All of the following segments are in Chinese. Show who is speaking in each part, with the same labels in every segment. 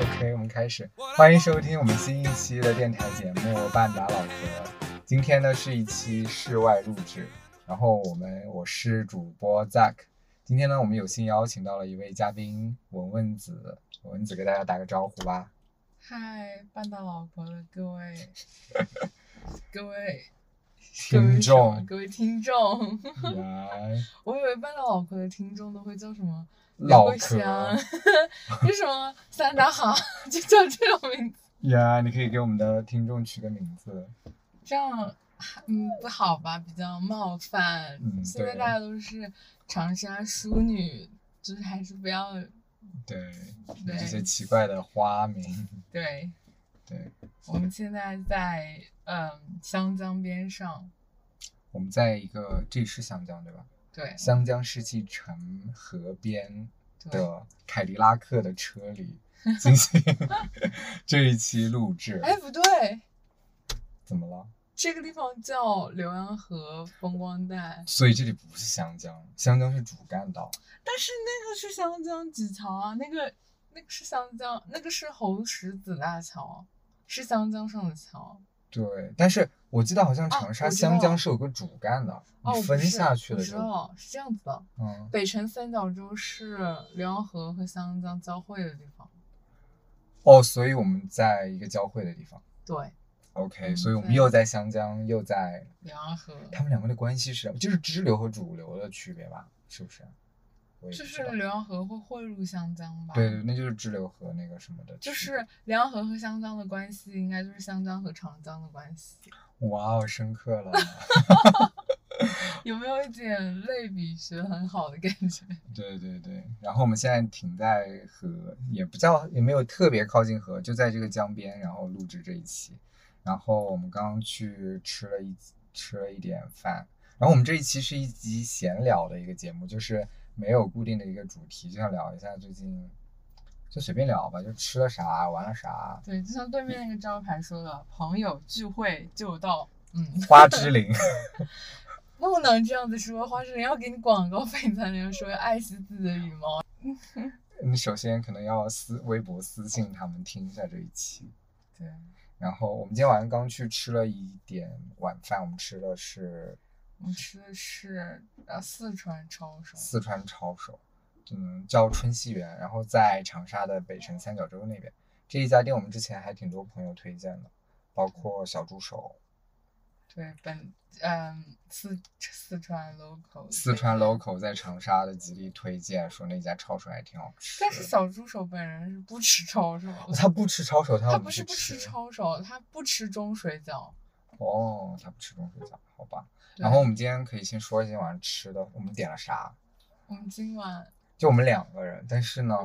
Speaker 1: OK，我们开始，欢迎收听我们新一期的电台节目《半打老何》。今天呢是一期室外录制，然后我们我是主播 Zack。今天呢，我们有幸邀请到了一位嘉宾文文子，文文子给大家打个招呼吧。
Speaker 2: 嗨， 半岛老婆的 各位，各位各位
Speaker 1: 听
Speaker 2: 什么
Speaker 1: 众，
Speaker 2: 各位听众，
Speaker 1: 来
Speaker 2: 我以为半岛老婆的听众都会叫什么
Speaker 1: 老
Speaker 2: 桂
Speaker 1: 壳
Speaker 2: 香，为什么三打哈就叫这种名字？
Speaker 1: 呀，你可以给我们的听众取个名字。
Speaker 2: 这样，嗯，不好吧？比较冒犯。
Speaker 1: 嗯
Speaker 2: 现在
Speaker 1: 对
Speaker 2: 大家都是长沙淑女，就是还是不要
Speaker 1: 对，有这些
Speaker 2: 对
Speaker 1: 奇怪的花名。
Speaker 2: 对。
Speaker 1: 对，
Speaker 2: 我们现在在嗯湘江边上，
Speaker 1: 我们在一个，这里是湘江对吧？
Speaker 2: 对
Speaker 1: 湘江世纪城河边
Speaker 2: 对。
Speaker 1: 的凯迪拉克的车 里进行这一期录制。
Speaker 2: 哎，不对，
Speaker 1: 怎么了？
Speaker 2: 这个地方叫浏阳河风光带，
Speaker 1: 所以这里不是湘江，湘江是主干道。
Speaker 2: 但是那个是湘江几桥啊，那个那个是湘江，那个是红石子大桥，是湘江上的桥。
Speaker 1: 对，但是我记得好像
Speaker 2: 啊
Speaker 1: 长沙
Speaker 2: 我知
Speaker 1: 湘江
Speaker 2: 道
Speaker 1: 是有个主干的，
Speaker 2: 哦，
Speaker 1: 你
Speaker 2: 不
Speaker 1: 分
Speaker 2: 是
Speaker 1: 下去
Speaker 2: 我
Speaker 1: 了
Speaker 2: 知
Speaker 1: 就
Speaker 2: 道是这样子的，
Speaker 1: 嗯。
Speaker 2: 北辰三角洲是浏阳河和湘江交汇的地方。
Speaker 1: 哦，所以我们在一个交汇的地方。
Speaker 2: 对，
Speaker 1: OK，、
Speaker 2: 嗯
Speaker 1: 所以我们
Speaker 2: 对
Speaker 1: 又在湘江，又在
Speaker 2: 浏阳河
Speaker 1: 他们两个的关系是，就是支流和主流的区别吧？是不是？我也
Speaker 2: 就
Speaker 1: 不
Speaker 2: 是
Speaker 1: 知道
Speaker 2: 浏阳河会汇入湘江吧？
Speaker 1: 对对，那就是支流和那个什么的区别。
Speaker 2: 就是浏阳河和湘江的关系，应该就是湘江和长江的关系。
Speaker 1: 哇哦，深刻了。
Speaker 2: 有没有一点类比学很好的感觉？
Speaker 1: 对对对，然后我们现在停在河，也不叫，也没有特别靠近河，就在这个江边，然后录制这一期。然后我们刚刚去吃了一吃了一点饭，然后我们这一期是一集闲聊的一个节目，就是没有固定的一个主题，就想聊一下最近，就随便聊吧，就吃了啥，玩了啥，
Speaker 2: 对，就像对面那个招牌说的，朋友聚会就到，嗯，
Speaker 1: 花之灵。
Speaker 2: 不能这样子说，花生要给你广告费才能说爱惜自己的羽毛。
Speaker 1: 你首先可能要私微博私信他们听一下这一期。
Speaker 2: 对，
Speaker 1: 然后我们今天晚上刚去吃了一点晚饭，我们吃的是
Speaker 2: 我们吃的是呃四川抄手，
Speaker 1: 四川抄手，嗯，叫春熙园，然后在长沙的北辰三角洲那边。这一家店我们之前还挺多朋友推荐的，包括小助手、
Speaker 2: 对本嗯四四川 local，
Speaker 1: 四川 local 在长沙的极力推荐，说那家抄手还挺好吃。
Speaker 2: 但是小助手本人是不吃抄手的，
Speaker 1: 他不吃抄手，他要我
Speaker 2: 他
Speaker 1: 们
Speaker 2: 不
Speaker 1: 去
Speaker 2: 是不吃抄手，他不吃中水饺。
Speaker 1: 哦，他不吃中式饺，好吧。
Speaker 2: 对
Speaker 1: 然后我们今天可以先说一下晚上吃的，我们点了啥？
Speaker 2: 我们今晚
Speaker 1: 就我们两个人，但是呢，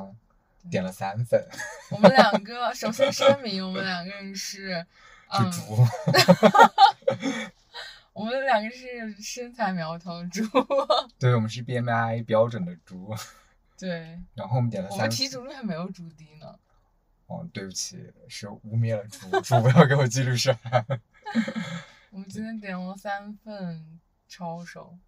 Speaker 1: 点了三份，
Speaker 2: 我们两个首先声明，我们两个人是，
Speaker 1: 就
Speaker 2: 嗯，
Speaker 1: 猪。
Speaker 2: 我们两个是身材苗条猪，
Speaker 1: 对，我们是 BMI 标准的猪，
Speaker 2: 对，
Speaker 1: 然后我们点了
Speaker 2: 我们
Speaker 1: 三
Speaker 2: 体
Speaker 1: 份。
Speaker 2: 脂率还没有猪低呢。
Speaker 1: 哦，对不起，是污蔑了猪，猪不要给我记录上。
Speaker 2: 我们今天点了三份抄手，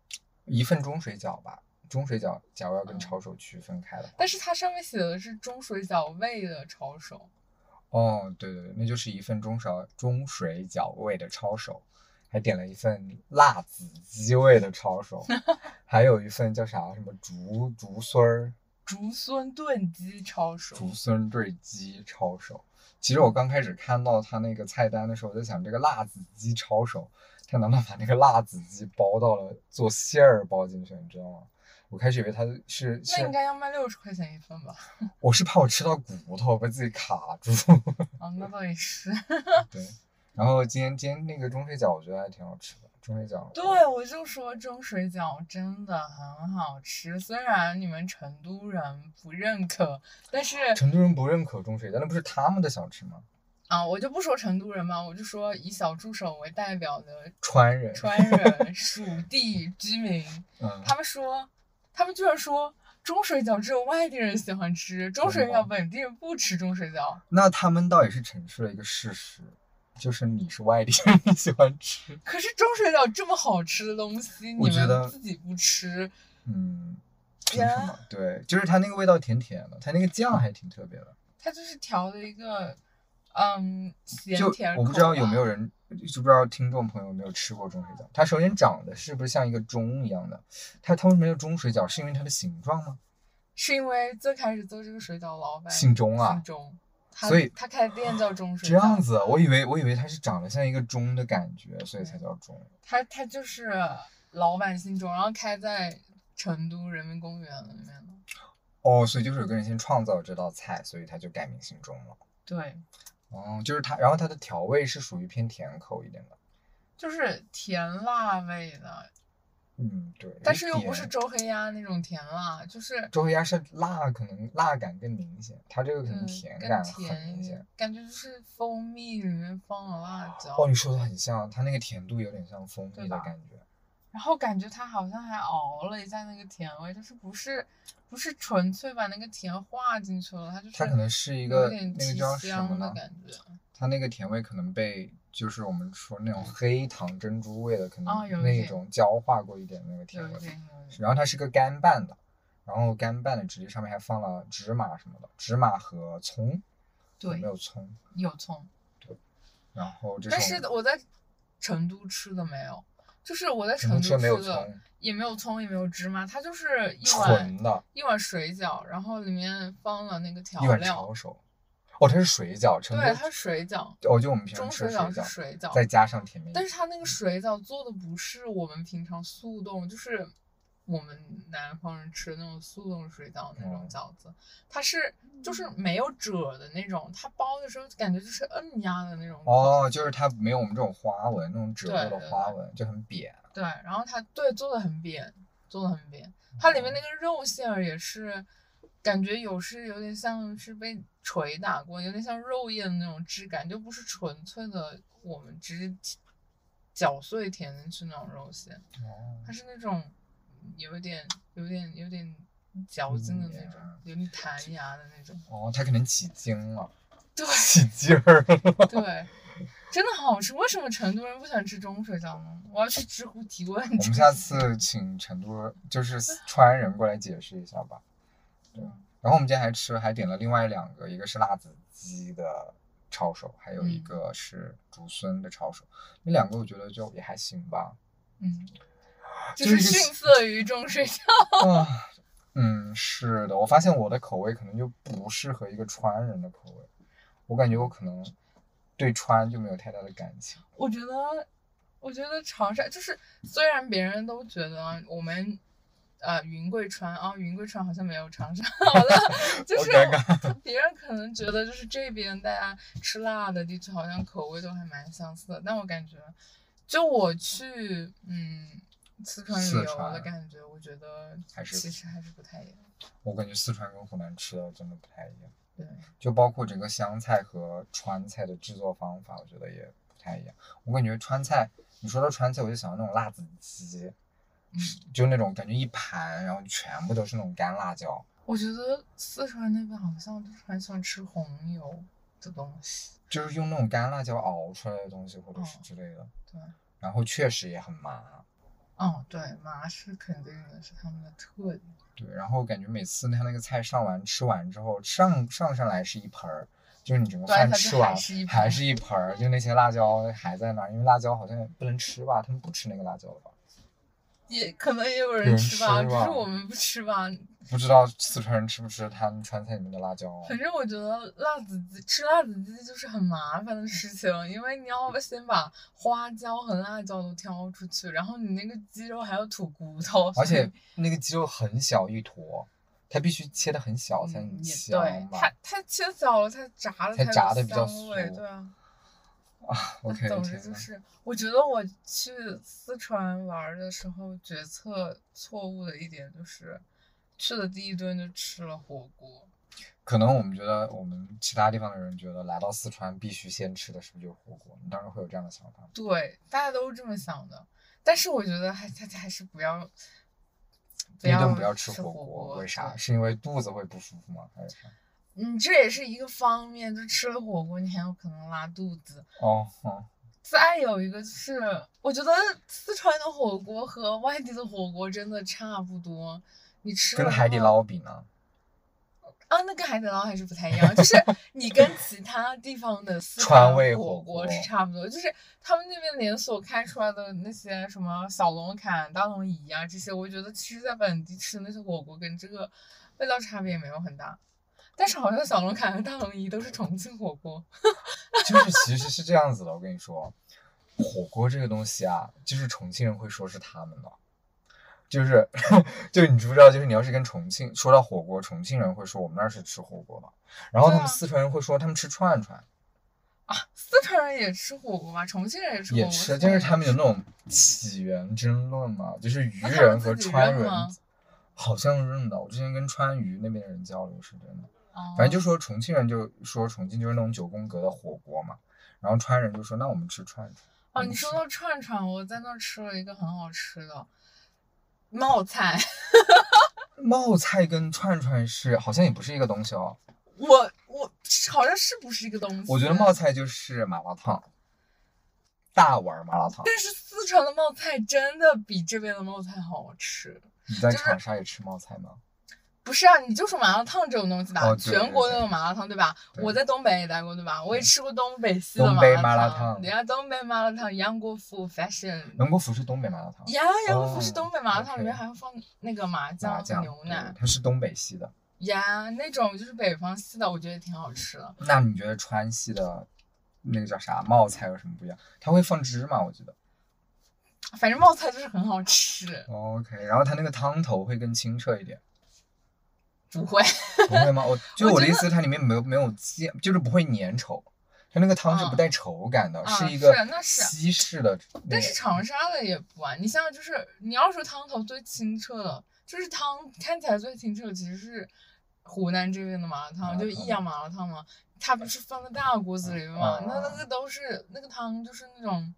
Speaker 1: 一份中水饺吧，中水饺假如要跟
Speaker 2: 嗯
Speaker 1: 抄手区分开的话，
Speaker 2: 但是它上面写的是中水饺味的抄手，
Speaker 1: 哦，对对对，那就是一份中勺中水饺味的抄手，还点了一份辣子鸡味的抄 手，还有一份叫啥什么竹竹荪儿。
Speaker 2: 竹荪炖鸡抄手。
Speaker 1: 竹荪对鸡抄手。其实我刚开始看到他那个菜单的时候，我在想这个辣子鸡抄手，他难道把那个辣子鸡包到了做馅儿包进去，你知道吗？我开始以为他是
Speaker 2: 那
Speaker 1: 是
Speaker 2: 应，该要卖六十块钱一份吧？
Speaker 1: 我是怕我吃到骨头被自己卡住。
Speaker 2: 啊，那倒也是。
Speaker 1: 对，然后今天今天那个中水饺我觉得还挺好吃的，中水饺。
Speaker 2: 对，我就说中水饺真的很好吃，虽然你们成都人不认可，但是
Speaker 1: 成都人不认可中水饺，那不是他们的小吃吗？
Speaker 2: 啊，我就不说成都人嘛，我就说以小助手为代表的
Speaker 1: 川人，
Speaker 2: 川人属地居民，
Speaker 1: 嗯，
Speaker 2: 他们说，他们居然说中水饺只有外地人喜欢吃，中水
Speaker 1: 真的
Speaker 2: 饺本地人不吃中水饺。
Speaker 1: 那他们倒也是陈述了一个事实，就是你是外地人， 你喜欢吃，
Speaker 2: 可是中水饺这么好吃的东西，
Speaker 1: 我
Speaker 2: 你
Speaker 1: 觉得
Speaker 2: 们自己不吃，
Speaker 1: 嗯，凭
Speaker 2: 甜哦
Speaker 1: 什么？对，就是它那个味道甜甜的，它那个酱还挺特别的。
Speaker 2: 它就是调的一个，嗯，咸
Speaker 1: 就
Speaker 2: 甜
Speaker 1: 我不
Speaker 2: 口啊
Speaker 1: 知道有
Speaker 2: 吧
Speaker 1: 没有人，就不知道听众朋友有没有吃过中水饺。它首先长得是不是像一个钟一样的？它它为什么叫中水饺？是因为它的形状吗？
Speaker 2: 是因为最开始做这个水饺的老板
Speaker 1: 姓钟啊
Speaker 2: 姓钟，他
Speaker 1: 所以
Speaker 2: 他开的店叫钟水
Speaker 1: 这
Speaker 2: 饺，
Speaker 1: 样子，我以为我以为它是长得像一个钟的感觉，所以才叫钟。
Speaker 2: 他他就是老板姓钟，然后开在成都人民公园里面的。
Speaker 1: 哦，所以就是有个人先创造这道菜，所以它就改名姓钟了。
Speaker 2: 对，
Speaker 1: 哦，就是它，然后它的调味是属于偏甜口一点的。
Speaker 2: 就是甜辣味的，
Speaker 1: 嗯，对。
Speaker 2: 但
Speaker 1: 有
Speaker 2: 是又不
Speaker 1: 点
Speaker 2: 是周黑鸭那种甜辣，就是
Speaker 1: 周黑鸭是辣，可能辣感更明显，它这个可能
Speaker 2: 嗯
Speaker 1: 甜
Speaker 2: 更
Speaker 1: 感很
Speaker 2: 甜
Speaker 1: 明
Speaker 2: 一
Speaker 1: 显。
Speaker 2: 点，感觉就是蜂蜜里面放了辣椒，
Speaker 1: 哦，你说的很像，它那个甜度有点像蜂
Speaker 2: 对
Speaker 1: 蜜的
Speaker 2: 吧
Speaker 1: 感觉。
Speaker 2: 然后感觉它好像还熬了一下那个甜味，就是不是不是纯粹把那个甜化进去了，它就是
Speaker 1: 它可能是一
Speaker 2: 有
Speaker 1: 个
Speaker 2: 点
Speaker 1: 那个
Speaker 2: 提
Speaker 1: 叫什么
Speaker 2: 香的
Speaker 1: 呢？
Speaker 2: 感觉
Speaker 1: 它那个甜味可能被就是我们说那种黑糖珍珠味的，可
Speaker 2: 嗯哦有
Speaker 1: 能那
Speaker 2: 一点
Speaker 1: 种焦化过一点那个甜
Speaker 2: 有
Speaker 1: 味
Speaker 2: 一。点有一点
Speaker 1: 然后它是个干拌的，然后干拌的直接上面还放了芝麻什么的，芝麻和葱，有
Speaker 2: 对
Speaker 1: 没有葱。
Speaker 2: 有葱，
Speaker 1: 然后这
Speaker 2: 但
Speaker 1: 种
Speaker 2: 是我在成都吃的没有，就是我在
Speaker 1: 成都
Speaker 2: 成都
Speaker 1: 吃
Speaker 2: 吃
Speaker 1: 的没有
Speaker 2: 的
Speaker 1: 葱
Speaker 2: 也没有葱也没有芝麻，它就是一碗
Speaker 1: 纯的，
Speaker 2: 一碗水饺，然后里面放了那个调
Speaker 1: 一碗
Speaker 2: 料
Speaker 1: 炒，熟。哦，它是水饺，成
Speaker 2: 对，
Speaker 1: 都
Speaker 2: 它是水饺，
Speaker 1: 哦，就我们平常
Speaker 2: 中
Speaker 1: 吃的
Speaker 2: 水
Speaker 1: 水
Speaker 2: 饺是
Speaker 1: 饺，
Speaker 2: 水饺，
Speaker 1: 再加上甜面
Speaker 2: 但是它那个水饺做的不是我们平常速冻，就是我们南方人吃的那种速冻水饺那种
Speaker 1: 嗯
Speaker 2: 饺子，它是就是没有褶的那种，它包的时候感觉就是摁压的那种。
Speaker 1: 哦，就是它没有我们这种花纹，那种褶
Speaker 2: 对
Speaker 1: 皱
Speaker 2: 对
Speaker 1: 的花纹就很扁。
Speaker 2: 对，然后它对做的很扁，做的很扁，
Speaker 1: 嗯
Speaker 2: 它里面那个肉馅儿也是。感觉有是有点像是被捶打过，有点像肉燕的那种质感，就不是纯粹的我们直接搅碎填进去那种肉馅。
Speaker 1: 哦
Speaker 2: 它是那种有一点、有点、有点嚼劲的那种
Speaker 1: 嗯，
Speaker 2: 有点弹牙的 那种。
Speaker 1: 哦，它可能起筋了，
Speaker 2: 对
Speaker 1: 起劲儿 了。
Speaker 2: 对，真的好吃。为什么成都人不喜欢吃中水饺呢？我要去知乎提问。
Speaker 1: 我们下次请成都就是川人过来解释一下吧。对，然后我们今天还吃还点了另外两个，一个是辣子鸡的抄手，还有一
Speaker 2: 嗯
Speaker 1: 个是竹荪的抄手。那两个我觉得就也还行吧。
Speaker 2: 嗯，就
Speaker 1: 就是
Speaker 2: 是
Speaker 1: 一个
Speaker 2: 逊色于中水饺。
Speaker 1: 啊， 嗯，是的，我发现我的口味可能就不适合一个川人的口味，我感觉我可能对川就没有太大的感情。
Speaker 2: 我觉得，我觉得长沙就是，虽然别人都觉得我们。呃，云贵川啊、云贵川好像没有长沙，好的，就
Speaker 1: 好
Speaker 2: 是
Speaker 1: 尴尬
Speaker 2: 我 别人可能觉得就是这边大家吃辣的地区好像口味都还蛮相似的，但我感觉，就我去嗯四川旅
Speaker 1: 四
Speaker 2: 游的
Speaker 1: 川
Speaker 2: 感觉，我觉得
Speaker 1: 还是
Speaker 2: 其实还是不太一样，
Speaker 1: 我感觉四川跟湖南吃的真的不太一样，
Speaker 2: 对，
Speaker 1: 就包括整个湘菜和川菜的制作方法，我觉得也不太一样。我感觉川菜，你说到川菜，我就想到那种辣子鸡，
Speaker 2: 嗯
Speaker 1: 就那种感觉一盘，然后全部都是那种干辣椒。
Speaker 2: 我觉得四川那边好像就是很喜欢吃红油的东西，
Speaker 1: 就是用那种干辣椒熬出来的东西，或者是
Speaker 2: 哦
Speaker 1: 之类的，
Speaker 2: 对，
Speaker 1: 然后确实也很麻。
Speaker 2: 哦对，麻是肯定的，是他们的特点。
Speaker 1: 对，然后感觉每次他那个菜上完吃完之后，上上上来是一盆儿，就是你整个
Speaker 2: 端
Speaker 1: 饭
Speaker 2: 下去
Speaker 1: 吃
Speaker 2: 还
Speaker 1: 完
Speaker 2: 是一盆
Speaker 1: 还
Speaker 2: 儿
Speaker 1: 是一盆儿，就那些辣椒还在那儿，因为辣椒好像也不能吃吧，他们不吃那个辣椒了吧？
Speaker 2: 也可能也有
Speaker 1: 有人
Speaker 2: 人吃
Speaker 1: 吃
Speaker 2: 吧，只
Speaker 1: 吧
Speaker 2: 是我们不吃吧。
Speaker 1: 不知道四川人吃不吃他们川菜里面的辣椒哦？
Speaker 2: 反正我觉得辣子鸡吃辣子鸡就是很麻烦的事情，因为你要先把花椒和辣椒都挑出去，然后你那个鸡肉还要吐骨头，
Speaker 1: 而
Speaker 2: 所以
Speaker 1: 且
Speaker 2: 嗯
Speaker 1: 那个鸡肉很小一坨，它必须切的很小才
Speaker 2: 嗯
Speaker 1: 能
Speaker 2: 也
Speaker 1: 香
Speaker 2: 对，
Speaker 1: 吧
Speaker 2: 它？它切小了，它炸了
Speaker 1: 才
Speaker 2: 有
Speaker 1: 炸得比较
Speaker 2: 香味
Speaker 1: 酥
Speaker 2: 对啊。
Speaker 1: 啊，OK，
Speaker 2: 总之
Speaker 1: 天
Speaker 2: 就
Speaker 1: 呐
Speaker 2: 是，我觉得我去四川玩儿的时候，决策错误的一点就是，去的第一顿就吃了火锅。
Speaker 1: 可能我们觉得我们其他地方的人觉得来到四川必须先吃的是不是就是火锅？你当时会有这样的想法吗？
Speaker 2: 对，大家都是这么想的。但是我觉得还大家还是不要，
Speaker 1: 第一顿不要吃
Speaker 2: 吃
Speaker 1: 火
Speaker 2: 火锅，
Speaker 1: 为啥？
Speaker 2: 对？
Speaker 1: 是因为肚子会不舒服吗？还是啥？
Speaker 2: 你这也是一个方面，就吃了火锅，你很有可能拉肚子。
Speaker 1: 哦哦，
Speaker 2: 再有一个就是，我觉得四川的火锅和外地的火锅真的差不多。你吃
Speaker 1: 跟
Speaker 2: 了
Speaker 1: 海底
Speaker 2: 后
Speaker 1: 捞比呢？
Speaker 2: 啊，那跟海底捞还是不太一样，就是你跟其他地方的四
Speaker 1: 川
Speaker 2: 川
Speaker 1: 味火
Speaker 2: 火
Speaker 1: 锅
Speaker 2: 锅是差不多，就是他们那边连锁开出来的那些什么小龙坎、大龙椅啊这些，我觉得其实在本地吃的那些火锅跟这个味道差别也没有很大。但是好像小龙坎和大龙椅都是重庆火锅，
Speaker 1: 就是其实是这样子的，我跟你说，火锅这个东西啊，就是重庆人会说是他们的，就是 就你知不知道，就是你要是跟重庆说到火锅，重庆人会说我们那儿是吃火锅的，然后他
Speaker 2: 对
Speaker 1: 们
Speaker 2: 啊
Speaker 1: 四川人会说他们吃串串，
Speaker 2: 四川人也吃火锅吗？重庆人也吃火锅，
Speaker 1: 也吃，就是他们有那
Speaker 2: 种
Speaker 1: 种起源争论嘛，就是渝
Speaker 2: 那他
Speaker 1: 人
Speaker 2: 们
Speaker 1: 和
Speaker 2: 自己
Speaker 1: 川
Speaker 2: 认
Speaker 1: 人
Speaker 2: 吗。
Speaker 1: 好像认的，我之前跟川渝那边的人交流是真的，
Speaker 2: 哦
Speaker 1: 反正就说重庆人就说重庆就是那种九宫格的火锅嘛，然后川人就说那我们吃串串。
Speaker 2: 哦，
Speaker 1: 嗯
Speaker 2: 你说
Speaker 1: 是
Speaker 2: 到串串，我在那儿吃了一个很好吃的冒菜。
Speaker 1: 冒菜跟串串是好像也不是一个东西哦。
Speaker 2: 我我好像是不是一啊个东西？
Speaker 1: 我觉得冒，菜就是麻辣烫，大碗麻辣烫。
Speaker 2: 但是四川的冒菜真的比这边的冒菜好吃。
Speaker 1: 你在
Speaker 2: 就是
Speaker 1: 长沙也吃冒菜吗？
Speaker 2: 不是啊，你就说麻辣烫这种东西的，啊
Speaker 1: 哦对
Speaker 2: 全国
Speaker 1: 对
Speaker 2: 都有麻辣烫，对吧？
Speaker 1: 对嗯
Speaker 2: 我在东北也待过，对吧？我也吃过东北系的
Speaker 1: 东
Speaker 2: 麻
Speaker 1: 北
Speaker 2: 辣
Speaker 1: 麻辣烫
Speaker 2: 人家东北麻辣烫，杨国福 fashion。
Speaker 1: 杨国福是东北麻辣烫，
Speaker 2: 呀，杨国福是
Speaker 1: 哦
Speaker 2: 东北麻辣烫，里面
Speaker 1: OK
Speaker 2: 还要放那个麻
Speaker 1: 麻
Speaker 2: 酱和
Speaker 1: 酱
Speaker 2: 牛奶
Speaker 1: 对它是东北系的。
Speaker 2: 呀那种就是北方系的，我觉得挺好吃的。
Speaker 1: 那你觉得川系的那个叫啥冒菜有什么不一样？它会放芝麻，我记得。
Speaker 2: 反正冒菜就是很好吃，
Speaker 1: OK，然后它那个汤头会更清澈一点，
Speaker 2: 不会
Speaker 1: 不会吗？我就
Speaker 2: 我
Speaker 1: 我的
Speaker 2: 觉
Speaker 1: 意思，它里面没有没有酱，就是不会粘稠。它那个汤是不
Speaker 2: 嗯
Speaker 1: 带稠感的，
Speaker 2: 啊
Speaker 1: 是一
Speaker 2: 是
Speaker 1: 个
Speaker 2: 那是
Speaker 1: 西式的那个。
Speaker 2: 但是长沙的也不啊，你像就是你要说汤头最清澈的，就是汤看起来最清澈，其实是湖南这边的麻辣
Speaker 1: 麻
Speaker 2: 烫，
Speaker 1: 辣
Speaker 2: 就
Speaker 1: 烫
Speaker 2: 益阳麻辣烫嘛，它不是放在大锅子里面嘛，那
Speaker 1: 啊
Speaker 2: 那个都是那个汤就是那种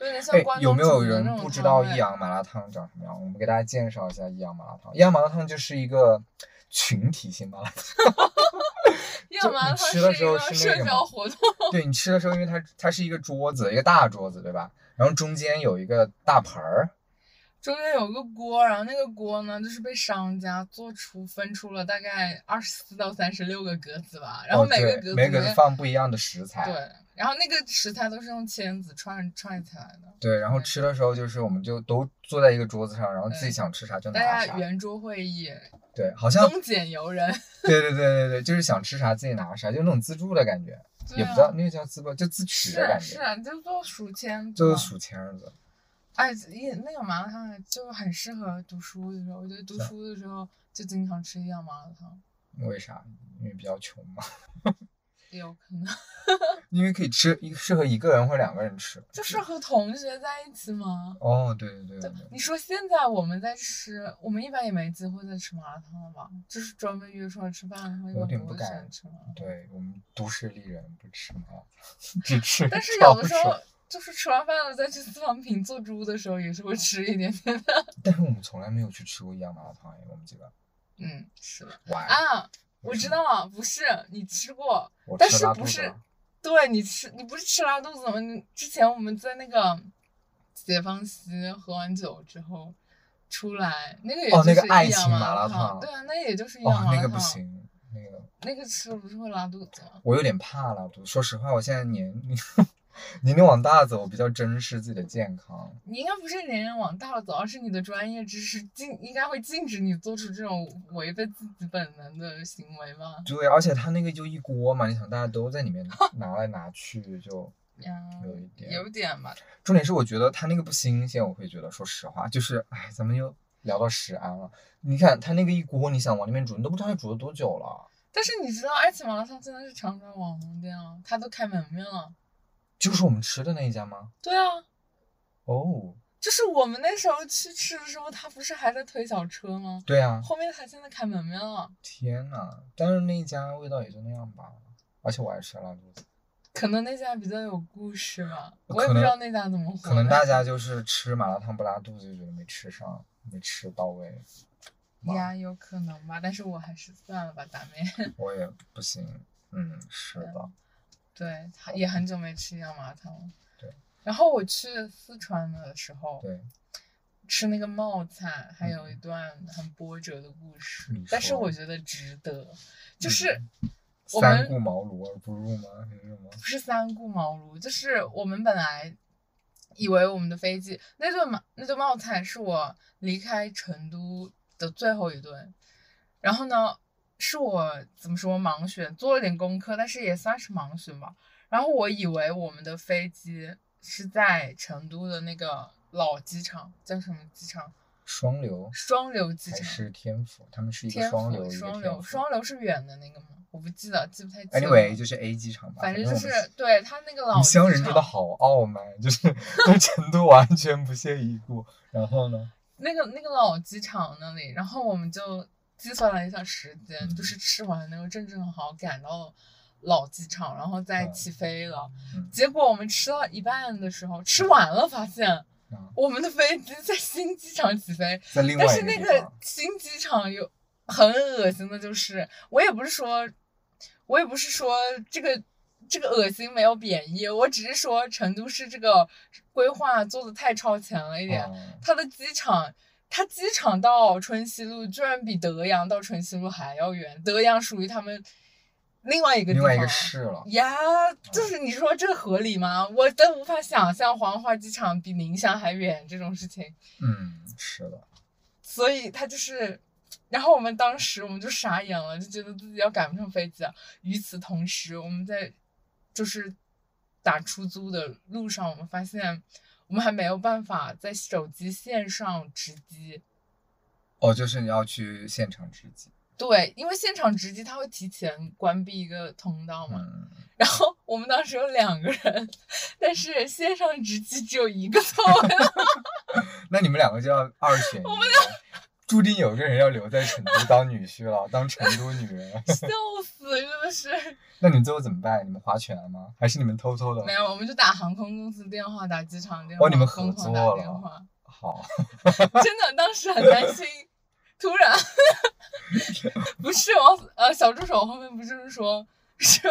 Speaker 2: 有点像
Speaker 1: 哎，
Speaker 2: 关
Speaker 1: 有
Speaker 2: 东
Speaker 1: 没有
Speaker 2: 煮的
Speaker 1: 人
Speaker 2: 那种
Speaker 1: 不知
Speaker 2: 汤
Speaker 1: 道
Speaker 2: 味
Speaker 1: 益阳麻辣烫长什么样？我们给大家介绍一下益阳麻辣烫。益阳麻辣烫就是一个群体性麻辣 烫，
Speaker 2: 益阳麻
Speaker 1: 就
Speaker 2: 辣烫
Speaker 1: 你吃
Speaker 2: 是
Speaker 1: 的
Speaker 2: 一
Speaker 1: 时候
Speaker 2: 个
Speaker 1: 是那个
Speaker 2: 社
Speaker 1: 吗
Speaker 2: 交活动，
Speaker 1: 对你吃的时候，因为它它是一个桌子，一个大桌子，对吧？然后中间有一个大盆儿，
Speaker 2: 中间有个锅，然后那个锅呢就是被商家做出分出了大概二十四到三十六个格子吧，然后
Speaker 1: 哦
Speaker 2: 每个
Speaker 1: 对
Speaker 2: 格子里
Speaker 1: 每个格
Speaker 2: 面
Speaker 1: 子放不一样的食材，
Speaker 2: 对，然后那个食材都是用签子串串起来的，
Speaker 1: 对然后
Speaker 2: 对
Speaker 1: 吃的时候就是我们就都坐在一个桌子上，然后自己
Speaker 2: 嗯
Speaker 1: 想吃啥就
Speaker 2: 大
Speaker 1: 拿啥
Speaker 2: 家，圆桌会议，
Speaker 1: 对，好像
Speaker 2: 东简游 人，
Speaker 1: 对对对对对，就是想吃啥自己拿啥，就那种自助的感觉，
Speaker 2: 对
Speaker 1: 也不
Speaker 2: 啊
Speaker 1: 知道那个叫自助，就自取的
Speaker 2: 是
Speaker 1: 感
Speaker 2: 是
Speaker 1: 觉，
Speaker 2: 啊，就做数签子
Speaker 1: 就
Speaker 2: 嘛，
Speaker 1: 是数签儿子。
Speaker 2: 哎，也那个麻辣烫就很适合读书的时候，我觉得读
Speaker 1: 是啊
Speaker 2: 书的时候就经常吃一样麻辣烫，
Speaker 1: 为啥？因为比较穷嘛。
Speaker 2: 也有 可能
Speaker 1: 因为可以吃，一适合一个人或者两个人吃。
Speaker 2: 就是和同学在一起嘛。
Speaker 1: 哦，对对对对对，
Speaker 2: 你说现在我们在吃，我们一般也没机会再吃麻辣烫了吧？就是专门约出来吃饭，然后一
Speaker 1: 有
Speaker 2: 般
Speaker 1: 点
Speaker 2: 不
Speaker 1: 不
Speaker 2: 会喜欢
Speaker 1: 敢
Speaker 2: 吃麻辣烫。
Speaker 1: 对我们都市丽人不吃麻辣烫， 只吃。
Speaker 2: 但是有的时候，就是吃完饭了再去四方坪做猪的时候，也是会吃一点点的。
Speaker 1: 但是我们从来没有去吃过一样麻辣烫哎，我们几个。
Speaker 2: 嗯，是的。
Speaker 1: 哇，
Speaker 2: 啊，
Speaker 1: 为
Speaker 2: 我
Speaker 1: 什
Speaker 2: 知
Speaker 1: 么，
Speaker 2: 道了，不是你吃过，
Speaker 1: 我
Speaker 2: 但
Speaker 1: 吃
Speaker 2: 是
Speaker 1: 拉
Speaker 2: 不
Speaker 1: 肚子
Speaker 2: 是
Speaker 1: 了？
Speaker 2: 对你吃，你不是吃拉肚子吗？你之前我们在那个解放西喝完酒之后出来，那个也
Speaker 1: 哦那
Speaker 2: 就
Speaker 1: 个
Speaker 2: 是
Speaker 1: 爱
Speaker 2: 益阳
Speaker 1: 情麻
Speaker 2: 麻
Speaker 1: 辣
Speaker 2: 辣
Speaker 1: 烫
Speaker 2: 对啊，那也就是益阳
Speaker 1: 哦，
Speaker 2: 麻辣烫。
Speaker 1: 那个不，行，那个
Speaker 2: 那个吃了不是会拉肚子吗？
Speaker 1: 我有点怕拉肚子。说实话，我现在年 年龄往大走，比较珍视自己的健康。
Speaker 2: 你应该不是年龄往大了走，而是你的专业知识禁应该会禁止你做出这种违背自己本能的行为吧？
Speaker 1: 对，而且它那个就一锅嘛，你想大家都在里面拿来拿去，就
Speaker 2: 呀，
Speaker 1: 有一点
Speaker 2: 有点吧。
Speaker 1: 重点是我觉得它那个不新鲜，我会觉得，说实话，就是哎，咱们又聊到食安了。你看它那个一锅，你想往里面煮，你都不知道它煮了多久了。
Speaker 2: 但是你知道爱情麻辣烫真的是长沙网红店啊，它都开门面了。
Speaker 1: 就是我们吃的那一家吗？
Speaker 2: 对啊，
Speaker 1: 哦，
Speaker 2: 就是我们那时候去吃的时候，它不是还在推小车吗？
Speaker 1: 对啊，
Speaker 2: 后面它现在开门面了，
Speaker 1: 天呐，但是那一家味道也就那样吧，而且我还吃了拉肚子。
Speaker 2: 可能那家比较有故事吧，
Speaker 1: 呃可
Speaker 2: 我也不知
Speaker 1: 能
Speaker 2: 道那家怎么火
Speaker 1: 可能
Speaker 2: 的
Speaker 1: 大家就是吃麻辣烫不拉肚子，就觉得没吃上，没吃到位。妈
Speaker 2: 呀，有可能吧，但是我还是算了吧，大妹。
Speaker 1: 我也不行，嗯，是的，
Speaker 2: 对，他也很久没吃一样麻辣烫了。
Speaker 1: 对。
Speaker 2: 然后我去四川的时候，
Speaker 1: 对，嗯
Speaker 2: 吃那个冒菜，还有一段很波折的故事
Speaker 1: 你，
Speaker 2: 但是
Speaker 1: 说嗯
Speaker 2: 我觉得值得，就是我
Speaker 1: 三
Speaker 2: 们
Speaker 1: 顾茅庐而不入吗？还是什么？
Speaker 2: 不是三顾茅庐，就是我们本来以为我们的飞机那顿冒那顿冒菜是我离开成都的最后一顿，然后呢，是我怎么说盲选，做了点功课，但是也算是盲选吧。然后我以为我们的飞机是在成都的那个老机场，叫什么机场？
Speaker 1: 双流
Speaker 2: 双流机
Speaker 1: 还
Speaker 2: 场。
Speaker 1: 是天府？他们是一个
Speaker 2: 天
Speaker 1: 双
Speaker 2: 府
Speaker 1: 流，一个
Speaker 2: 双
Speaker 1: 天
Speaker 2: 流，
Speaker 1: 府。
Speaker 2: 双流是远的那个吗？我不记得，记不太清了。
Speaker 1: Anyway，就是 A 机场吧。
Speaker 2: 反正
Speaker 1: 我们
Speaker 2: 就是对他那个
Speaker 1: 我
Speaker 2: 老
Speaker 1: 们
Speaker 2: 机
Speaker 1: 乡人
Speaker 2: 场
Speaker 1: 真的好傲慢，就是 对成都完全不屑一顾。然后呢，
Speaker 2: 那个那个老机场那里，然后我们就计算了一下时间，
Speaker 1: 嗯
Speaker 2: 就是吃完那个正正好赶到老机场，然后再
Speaker 1: 嗯
Speaker 2: 起飞了。
Speaker 1: 嗯
Speaker 2: 结果我们吃到一半的时候，吃完了发现
Speaker 1: 嗯
Speaker 2: 我们的飞机在新机场起飞，
Speaker 1: 在另外
Speaker 2: 但
Speaker 1: 一
Speaker 2: 是那
Speaker 1: 地
Speaker 2: 个
Speaker 1: 方，
Speaker 2: 新机场有很恶心的，就是我也不是说，我也不是说这个这个恶心没有贬义，我只是说成都市这个规划做的太超前了一点。
Speaker 1: 嗯
Speaker 2: 它的机场，它机场到春熙路居然比德阳到春熙路还要远。德阳属于他们另外一个地
Speaker 1: 另
Speaker 2: 方啊
Speaker 1: 外一个市了。
Speaker 2: 呀，就是你说这合理吗？我都无法想象黄花机场比宁乡还远这种事情。
Speaker 1: 嗯，是的，
Speaker 2: 所以他就是，然后我们当时我们就傻眼了，就觉得自己要赶不上飞机啊。与此同时，我们在就是打出租的路上，我们发现我们还没有办法在手机线上值机。
Speaker 1: 哦，就是你要去现场直击。
Speaker 2: 对，因为现场值机，他会提前关闭一个通道嘛。
Speaker 1: 嗯，
Speaker 2: 然后我们当时有两个人，但是线上值机只有一个座位。
Speaker 1: 那你们两个就要二选一了， 注定有一个人要留在成都当女婿了，当成都女人了。
Speaker 2: 笑死，真的是。
Speaker 1: 那你们最后怎么办？你们划拳了吗？还是你们偷偷的
Speaker 2: 没？有，我们就打航空公司电话，打机场电话，
Speaker 1: 哦你们合
Speaker 2: 疯狂
Speaker 1: 作
Speaker 2: 打
Speaker 1: 了
Speaker 2: 电话。
Speaker 1: 好，
Speaker 2: 真的当时很担心，突然， 不是王呃小助手后面不就是说说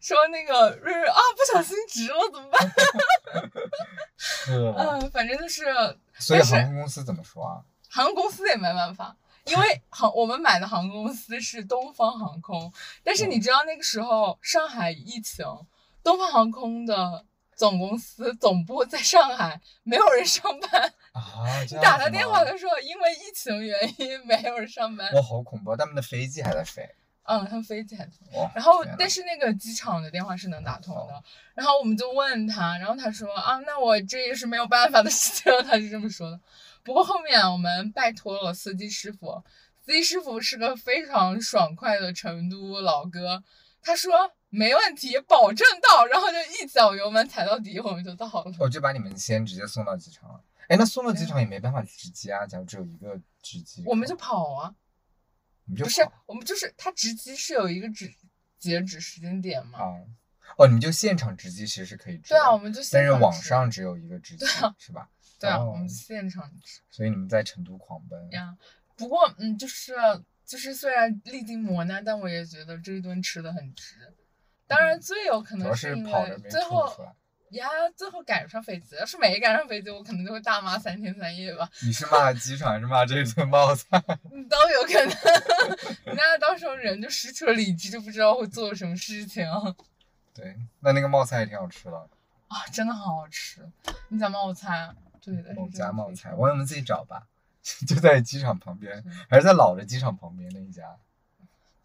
Speaker 2: 说那个瑞瑞啊不小心直了怎么办？
Speaker 1: 是的。
Speaker 2: 嗯、反正就是
Speaker 1: 所以
Speaker 2: 但是
Speaker 1: 航空公司怎么说啊？
Speaker 2: 航空公司也没办法，因为航我们买的航空公司是东方航空，但是你知道那个时候上海疫情，东方航空的。总公司总部在上海，没有人上班。
Speaker 1: 啊，这样
Speaker 2: 你打
Speaker 1: 子
Speaker 2: 他电话
Speaker 1: 吗
Speaker 2: 的时候，因为疫情原因没有人上班。
Speaker 1: 哇，好恐怖！啊他们的飞机还在飞，
Speaker 2: 嗯，他们飞起来的。
Speaker 1: 哇！
Speaker 2: 然后
Speaker 1: 天，
Speaker 2: 但
Speaker 1: 呐哦
Speaker 2: 是那个机场的电话是能打通的。然后我们就问他，然后他说啊，那我这也是没有办法的事情， 他是这么说的。不过后面我们拜托了司机师傅，司机师傅是个非常爽快的成都老哥，他说没问题，保证到，然后就一脚油门踩到底，我们就到了。
Speaker 1: 我就把你们先直接送到机场了。哎，那送到机场也没办法直机啊，假如只有一个直机，
Speaker 2: 嗯我们就跑啊，
Speaker 1: 你就
Speaker 2: 不是
Speaker 1: 跑
Speaker 2: 我们就是他直机是有一个止截止时间点嘛？
Speaker 1: 啊，哦，你们就现场直机其实是可以直
Speaker 2: 对
Speaker 1: 的，
Speaker 2: 啊，我们就现
Speaker 1: 但是
Speaker 2: 场
Speaker 1: 网
Speaker 2: 直
Speaker 1: 上只有一个直机，
Speaker 2: 对啊
Speaker 1: 是吧？
Speaker 2: 对啊，
Speaker 1: 哦
Speaker 2: 我们就现场直。
Speaker 1: 所以你们在成都狂奔，
Speaker 2: 呀，不过嗯，就是就是虽然历经磨难，但我也觉得这一顿吃的很值。当然，
Speaker 1: 嗯
Speaker 2: 最有可
Speaker 1: 主
Speaker 2: 能
Speaker 1: 要
Speaker 2: 是
Speaker 1: 是
Speaker 2: 因
Speaker 1: 跑着
Speaker 2: 为
Speaker 1: 没
Speaker 2: 最
Speaker 1: 吐出
Speaker 2: 后
Speaker 1: 来。
Speaker 2: 呀，最后赶上飞机，要是没赶上飞机，我可能就会大骂三天三夜吧，
Speaker 1: 你是骂机场，还是骂这顿 冒菜？
Speaker 2: 嗯都有可能。 那到时候人就失去了理智，就不知道会做什么事情啊！
Speaker 1: 对，那那个冒菜也挺好吃的，
Speaker 2: 真的好好吃，你家冒菜，啊对的，
Speaker 1: 某
Speaker 2: 是真
Speaker 1: 家
Speaker 2: 的
Speaker 1: 冒
Speaker 2: 非
Speaker 1: 菜，
Speaker 2: 常
Speaker 1: 我你们自己找吧， 就在机场旁边
Speaker 2: 是，
Speaker 1: 还是在老的机场旁边那一家。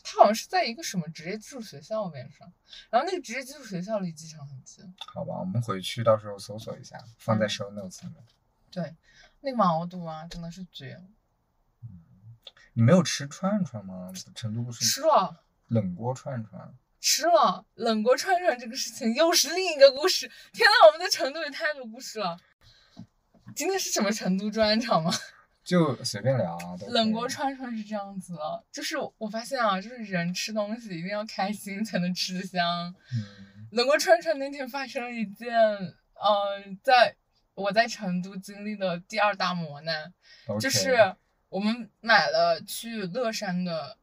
Speaker 2: 它好像是在一个什么职业技术学校边上，然后那个职业技术学校离机场很近。
Speaker 1: 好吧，我们回去到时候搜索一下，放在
Speaker 2: 嗯
Speaker 1: show notes 里面。
Speaker 2: 对，那个毛肚啊，真的是绝了，
Speaker 1: 嗯你没有吃串串吗？成都不是
Speaker 2: 吃了
Speaker 1: 冷锅串串，
Speaker 2: 吃了冷锅串串这个事情又是另一个故事。天呐，我们在成都有太多故事了。今天是什么成都专场吗？
Speaker 1: 就随便聊啊。都可以
Speaker 2: 冷锅串串是这样子的，就是我发现啊，就是人吃东西一定要开心才能吃得香。
Speaker 1: 嗯
Speaker 2: 冷锅串串那天发生了一件，嗯、在我在成都经历的第二大磨难。
Speaker 1: ，OK，
Speaker 2: 就是我们买了去乐山的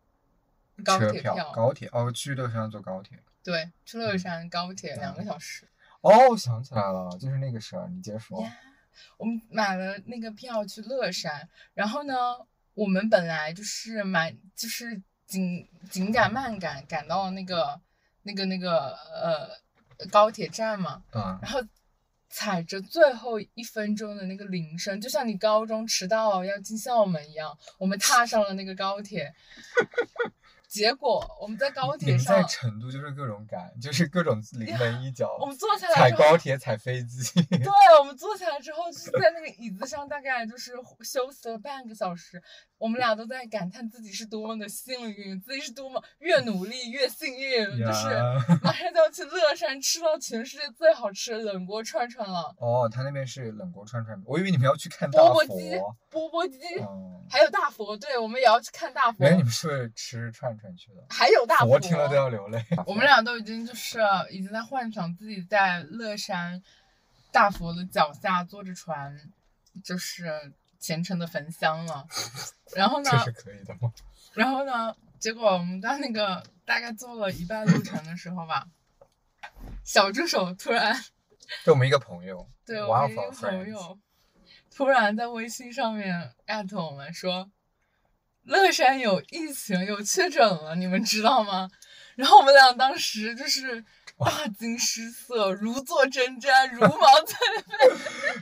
Speaker 2: 高
Speaker 1: 车
Speaker 2: 铁
Speaker 1: 票、高铁哦，去乐山坐高铁。
Speaker 2: 对，去乐山高铁
Speaker 1: 嗯
Speaker 2: 两个小时。
Speaker 1: 哦，我想起来了，就是那个事儿，你接着说。
Speaker 2: 呀我们买了那个票去乐山，然后呢，我们本来就是蛮就是紧紧赶慢赶赶到那个那个那个呃高铁站嘛，
Speaker 1: 啊，
Speaker 2: 然后踩着最后一分钟的那个铃声，就像你高中迟到要进校门一样，我们踏上了那个高铁。 结果我们在高
Speaker 1: 你
Speaker 2: 铁
Speaker 1: 们在
Speaker 2: 上，
Speaker 1: 成都就是各种赶，就是各种临门一脚，
Speaker 2: 我们坐 下来
Speaker 1: 踩
Speaker 2: 之后，
Speaker 1: 高铁、踩飞 机，
Speaker 2: 对，我们坐下来之后，就是在那个椅子上，大概就是休息了半个小时。我们俩都在感叹自己是多么的幸运，自己是多么越努力越幸运，就是
Speaker 1: 呀
Speaker 2: 马上就要去乐山吃到全世界最好吃的冷锅串串了，
Speaker 1: 哦，他那边是冷锅串串，我以为你们要去看大
Speaker 2: 钵
Speaker 1: 佛
Speaker 2: 钵。鸡、钵钵鸡，
Speaker 1: 嗯，
Speaker 2: 还有大佛，对，我们也要去看大佛
Speaker 1: 原，来你们是不是吃串串去的？
Speaker 2: 还有大佛。
Speaker 1: 我听了都要流泪。
Speaker 2: 我们俩都已经就是已经在幻想自己在乐山大佛的脚下坐着船，就是虔诚的焚香了。然后呢
Speaker 1: 这，是可以的吗？
Speaker 2: 然后呢，结果我们在那个大概坐了一半路程的时候吧，小助手突然
Speaker 1: 就我们一个朋友，
Speaker 2: 对我
Speaker 1: 哇
Speaker 2: 们一个
Speaker 1: for
Speaker 2: 朋
Speaker 1: friends，
Speaker 2: 友突然在微信上面艾特我们说，乐山有疫情，有确诊了，你们知道吗？然后我们俩当时就是大惊失色，如坐针毡， 如芒在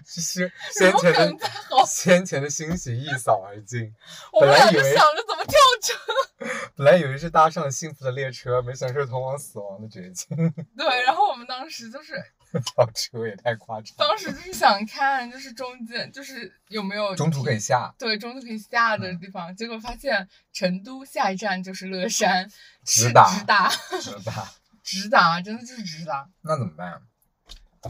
Speaker 1: 其实
Speaker 2: 如
Speaker 1: 先前的
Speaker 2: 鲠在喉。
Speaker 1: 先前的欣喜一扫而尽，
Speaker 2: 我
Speaker 1: 本
Speaker 2: 们
Speaker 1: 来
Speaker 2: 俩
Speaker 1: 以
Speaker 2: 就
Speaker 1: 为
Speaker 2: 想着怎么跳车。
Speaker 1: 本来以为是搭上了幸福的列车，没想是通往死亡的绝境。
Speaker 2: 对，然后我们当时就是，
Speaker 1: 跳车也太夸张了，
Speaker 2: 当时就是想看，就是中间就是有没有
Speaker 1: 中途嗯可以下，
Speaker 2: 对中途可以下的地方，结果发现成都下一站就是乐山，
Speaker 1: 直
Speaker 2: 是
Speaker 1: 达
Speaker 2: 直达。
Speaker 1: 是吧？
Speaker 2: 直达，真的就是直达。
Speaker 1: 那怎么办？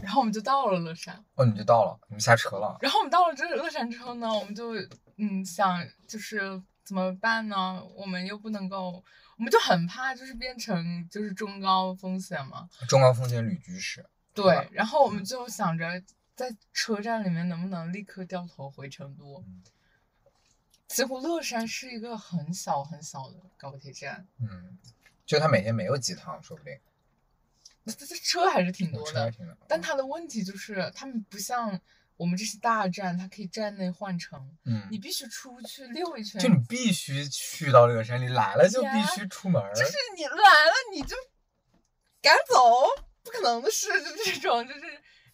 Speaker 2: 然后我们就到了乐山，
Speaker 1: 哦，你们就到了，你们下车了。
Speaker 2: 然后我们到了这乐山之后呢，我们就嗯想就是怎么办呢？我们又不能够，我们就很怕就是变成就是中高风险嘛。
Speaker 1: 中高风险旅居史，
Speaker 2: 对，然后我
Speaker 1: 嗯
Speaker 2: 们就想着在车站里面能不能立刻掉头回成都
Speaker 1: 嗯。
Speaker 2: 结果乐山是一个很小很小的高铁站，
Speaker 1: 嗯，就他每天没有几趟，说不定
Speaker 2: 这这车还是挺
Speaker 1: 有
Speaker 2: 多
Speaker 1: 车
Speaker 2: 的
Speaker 1: 还，嗯挺多的。
Speaker 2: 但它的问题就是，他们不像我们这些大站，它可以站内换乘，
Speaker 1: 嗯，
Speaker 2: 你必须出去溜一圈。
Speaker 1: 就你必须去到乐山，你来了就
Speaker 2: 呀
Speaker 1: 必须出门儿。
Speaker 2: 啊就是你来了，你就赶走，不可能的事，就这种，就是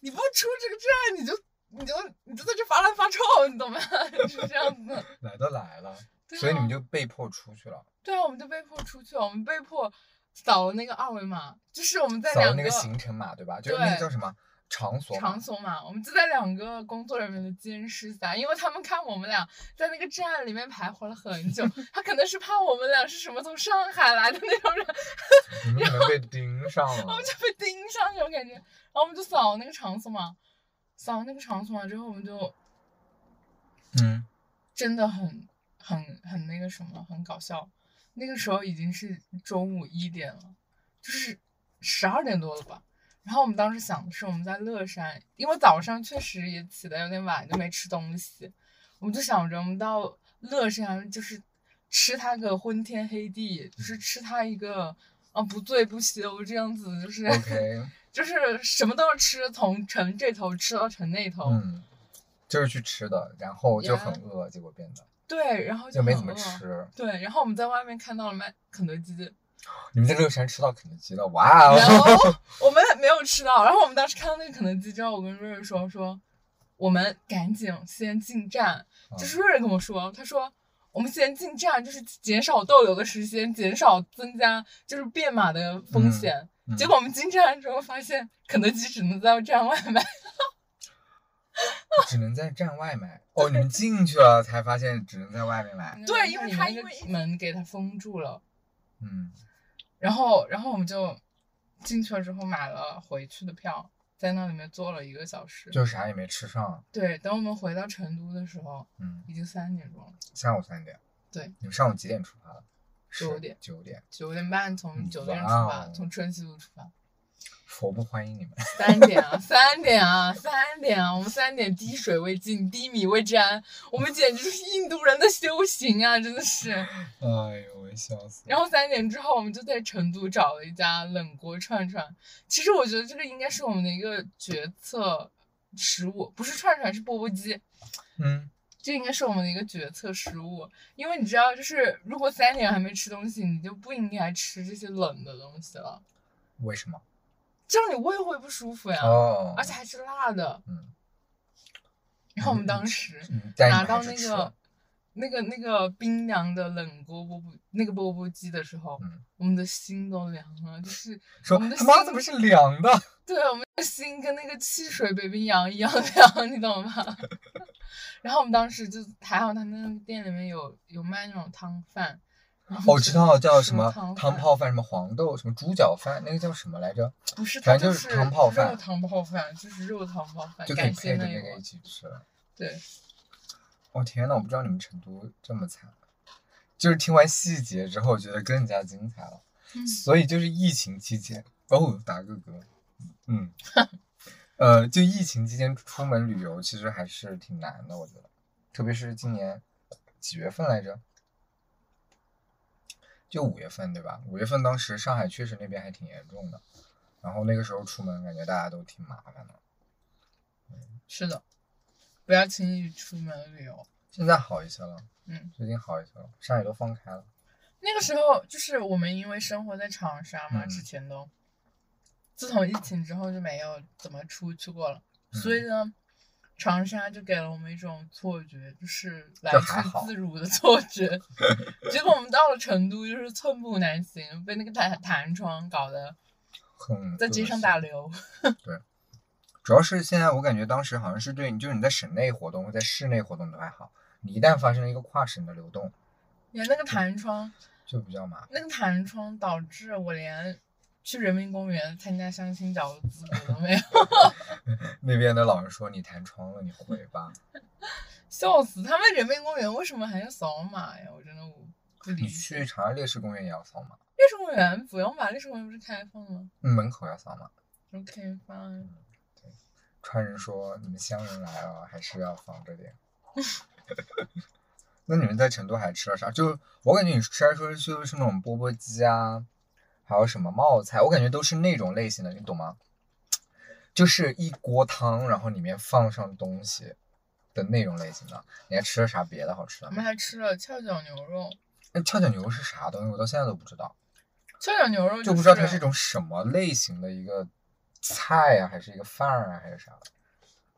Speaker 2: 你不出这个站，你就你就你就在这发烂发臭，你懂吗？ 就是这样子。
Speaker 1: 来都来了，
Speaker 2: 对啊、
Speaker 1: 所以你们就被迫出去了，
Speaker 2: 对啊，我们就被迫出去了，我们被迫扫了那个二维码，就是我们在
Speaker 1: 扫了
Speaker 2: 两
Speaker 1: 那个行程码，对吧？就是
Speaker 2: 对
Speaker 1: 那个叫什么场所码
Speaker 2: 场所嘛，我们就在两个工作人员的监视下，因为他们看我们俩在那个站里面徘徊了很久， 他可能是怕我们俩是什么从上海来的那种人，
Speaker 1: 你们可能被盯上了
Speaker 2: 我。们就被盯上那种感觉。然后我们就扫那个场所嘛，扫那个场所嘛之后，我们就
Speaker 1: 嗯，
Speaker 2: 真的很很很那个什么，很搞笑。那个时候已经是中午一点了，就是十二点多了吧。然后我们当时想的是我们在乐山，因为早上确实也起的有点晚，就没吃东西。我们就想着我们到乐山就是吃它个昏天黑地，就是吃它一个啊不醉不休这样子，就是
Speaker 1: 哦 OK，
Speaker 2: 就是什么都要吃，从城这头吃到城那头。
Speaker 1: 嗯，就是去吃的，然后就
Speaker 2: 哦呀
Speaker 1: 很饿，结果变得
Speaker 2: 对，然后
Speaker 1: 就没
Speaker 2: 很
Speaker 1: 怎么
Speaker 2: 饿。
Speaker 1: 吃。
Speaker 2: 对，然后我们在外面看到了麦肯 德基，
Speaker 1: 你们在乐山吃到肯德基了，哇
Speaker 2: 然
Speaker 1: 哦！
Speaker 2: 后我们没有吃到，然后我们当时看到那个肯德基之后，我跟瑞瑞说说，我们赶紧先进站，
Speaker 1: 嗯
Speaker 2: 就是瑞瑞跟我说，他说。我们先进站，就是减少逗留的时间，减少增加就是变码的风险。
Speaker 1: 嗯
Speaker 2: 结果我们进站之后发现，肯德基只能在站外卖。
Speaker 1: 只能在站外卖。哦，你们进去了才发现只能在外面买。
Speaker 2: 嗯对，因为他
Speaker 3: 因
Speaker 2: 因
Speaker 3: 为
Speaker 2: 为门给他封住了，
Speaker 1: 嗯，
Speaker 2: 然后，然后我们就进去了之后买了回去的票，在那里面坐了一个小时。
Speaker 1: 就啥也没吃上。
Speaker 2: 对，等我们回到成都的时候，
Speaker 1: 嗯，
Speaker 2: 已经三点钟了，
Speaker 1: 下午三点。
Speaker 2: 对
Speaker 1: 你们上午几点出发的？
Speaker 2: 九
Speaker 1: 是
Speaker 2: 点。
Speaker 1: 九点。
Speaker 2: 九点半从
Speaker 1: 嗯
Speaker 2: 酒店出
Speaker 1: 哇
Speaker 2: 发，
Speaker 1: 哦
Speaker 2: 从春熙路出发，
Speaker 1: 佛不欢迎你们。
Speaker 2: 三点啊，三点啊，三点啊，我们三点滴水未进，滴米未沾，我们简直就是印度人的修行啊，真 的是。
Speaker 1: 哎呦，我笑死了。
Speaker 2: 然后三点之后，我们就在成都找了一家冷锅串串。其实我觉得这个应该是我们的一个决策，食物，不是串串，是钵钵鸡。
Speaker 1: 嗯，
Speaker 2: 这应该是我们的一个决策失误，因为你知道，就是如果三点还没吃东西，你就不应该吃这些冷的东西了，
Speaker 1: 为什么？
Speaker 2: 这样你胃会不舒服呀，
Speaker 1: 哦，
Speaker 2: 而且还是辣的。
Speaker 1: 嗯，
Speaker 2: 然后我们当时
Speaker 1: 嗯但你
Speaker 2: 拿
Speaker 1: 们
Speaker 2: 到
Speaker 1: 还是
Speaker 2: 那
Speaker 1: 吃
Speaker 2: 个
Speaker 1: 了
Speaker 2: 那个那个冰凉的冷锅钵钵那个钵钵鸡的时候，
Speaker 1: 嗯
Speaker 2: 我们的心都凉了，就是
Speaker 1: 说
Speaker 2: 我们的
Speaker 1: 他妈
Speaker 2: 心
Speaker 1: 怎么是凉 的？哦
Speaker 2: 对我们的心跟那个汽水北冰洋一样凉， 你懂吗？然后我们当时就还好，他那个店里面有有卖那种汤饭，然后
Speaker 1: 我哦知
Speaker 2: 就
Speaker 1: 道叫
Speaker 2: 吃
Speaker 1: 什
Speaker 2: 了
Speaker 1: 么
Speaker 2: 汤
Speaker 1: 汤
Speaker 2: 饭
Speaker 1: 泡饭，什么黄豆，什么猪脚饭，那个叫什么来着？
Speaker 2: 不是，
Speaker 1: 反
Speaker 2: 它
Speaker 1: 正
Speaker 2: 就
Speaker 1: 就是汤泡饭
Speaker 2: 肉汤泡饭就是肉汤泡饭，
Speaker 1: 就可以
Speaker 2: 感谢
Speaker 1: 配着
Speaker 2: 那
Speaker 1: 那个一起吃了。
Speaker 2: 对，
Speaker 1: 我、天呐，我不知道你们成都这么惨，就是听完细节之后，觉得更加精彩了。
Speaker 2: 嗯
Speaker 1: 所以就是疫情期间，哦，打个嗝， 嗯，呃，就疫情期间出门旅游其实还是挺难的，我觉得，特别是今年几月份来着？就五月份对吧？五月份当时上海确实那边还挺严重的，然后那个时候出门感觉大家都挺麻烦的。
Speaker 2: 是的，不要轻易出门旅游。
Speaker 1: 现在好一些了，
Speaker 2: 嗯，
Speaker 1: 最近好一些了，上海都放开了。
Speaker 2: 那个时候就是我们因为生活在长沙嘛，
Speaker 1: 嗯
Speaker 2: 之前都，自从疫情之后就没有怎么出去过了，所
Speaker 1: 嗯
Speaker 2: 以呢，长沙就给了我们一种错觉， 就是来
Speaker 1: 就还
Speaker 2: 去
Speaker 1: 好
Speaker 2: 自如的错 觉。结果我们到了成都，就是寸步难行，被那个弹弹窗搞得
Speaker 1: 很
Speaker 2: 在街上打
Speaker 1: 流。
Speaker 2: 流。
Speaker 1: 主要是现在我感觉当时好像是对你，就是你在省内活动或在市内活动都还好，你一旦发生了一个跨省的流动，
Speaker 2: 你看那个弹窗，
Speaker 1: 就比较麻烦。
Speaker 2: 那个弹窗导致我连去人民公园参加相亲角的资格都没有，
Speaker 1: 那边的老人说你弹窗了，你回吧，
Speaker 2: 笑死！他们人民公园为什么还要扫码呀？我真的我不理
Speaker 1: 你
Speaker 2: 解。
Speaker 1: 去长安烈士公园也要扫码，
Speaker 2: 烈士公园不用吧？烈士公园不是开放吗
Speaker 1: 嗯门口要扫码。
Speaker 2: ？OK fine。
Speaker 1: 川人说你们乡人来了，还是要防着点。 那你们在成都还吃了啥？就是我感觉你吃来说去就是那种钵钵鸡啊，还有什么冒菜，我感觉都是那种类型的，你懂吗？就是一锅汤，然后里面放上东西的那种类型的。你还吃了啥别的好吃的
Speaker 2: 我们
Speaker 1: 吗？
Speaker 2: 还吃了翘脚牛肉，
Speaker 1: 那跷脚牛是啥东西？我到现在都不知道，
Speaker 2: 翘脚牛肉
Speaker 1: 就不知道它是一种什么类型的一个菜呀、还是一个饭儿啊，还是啥的？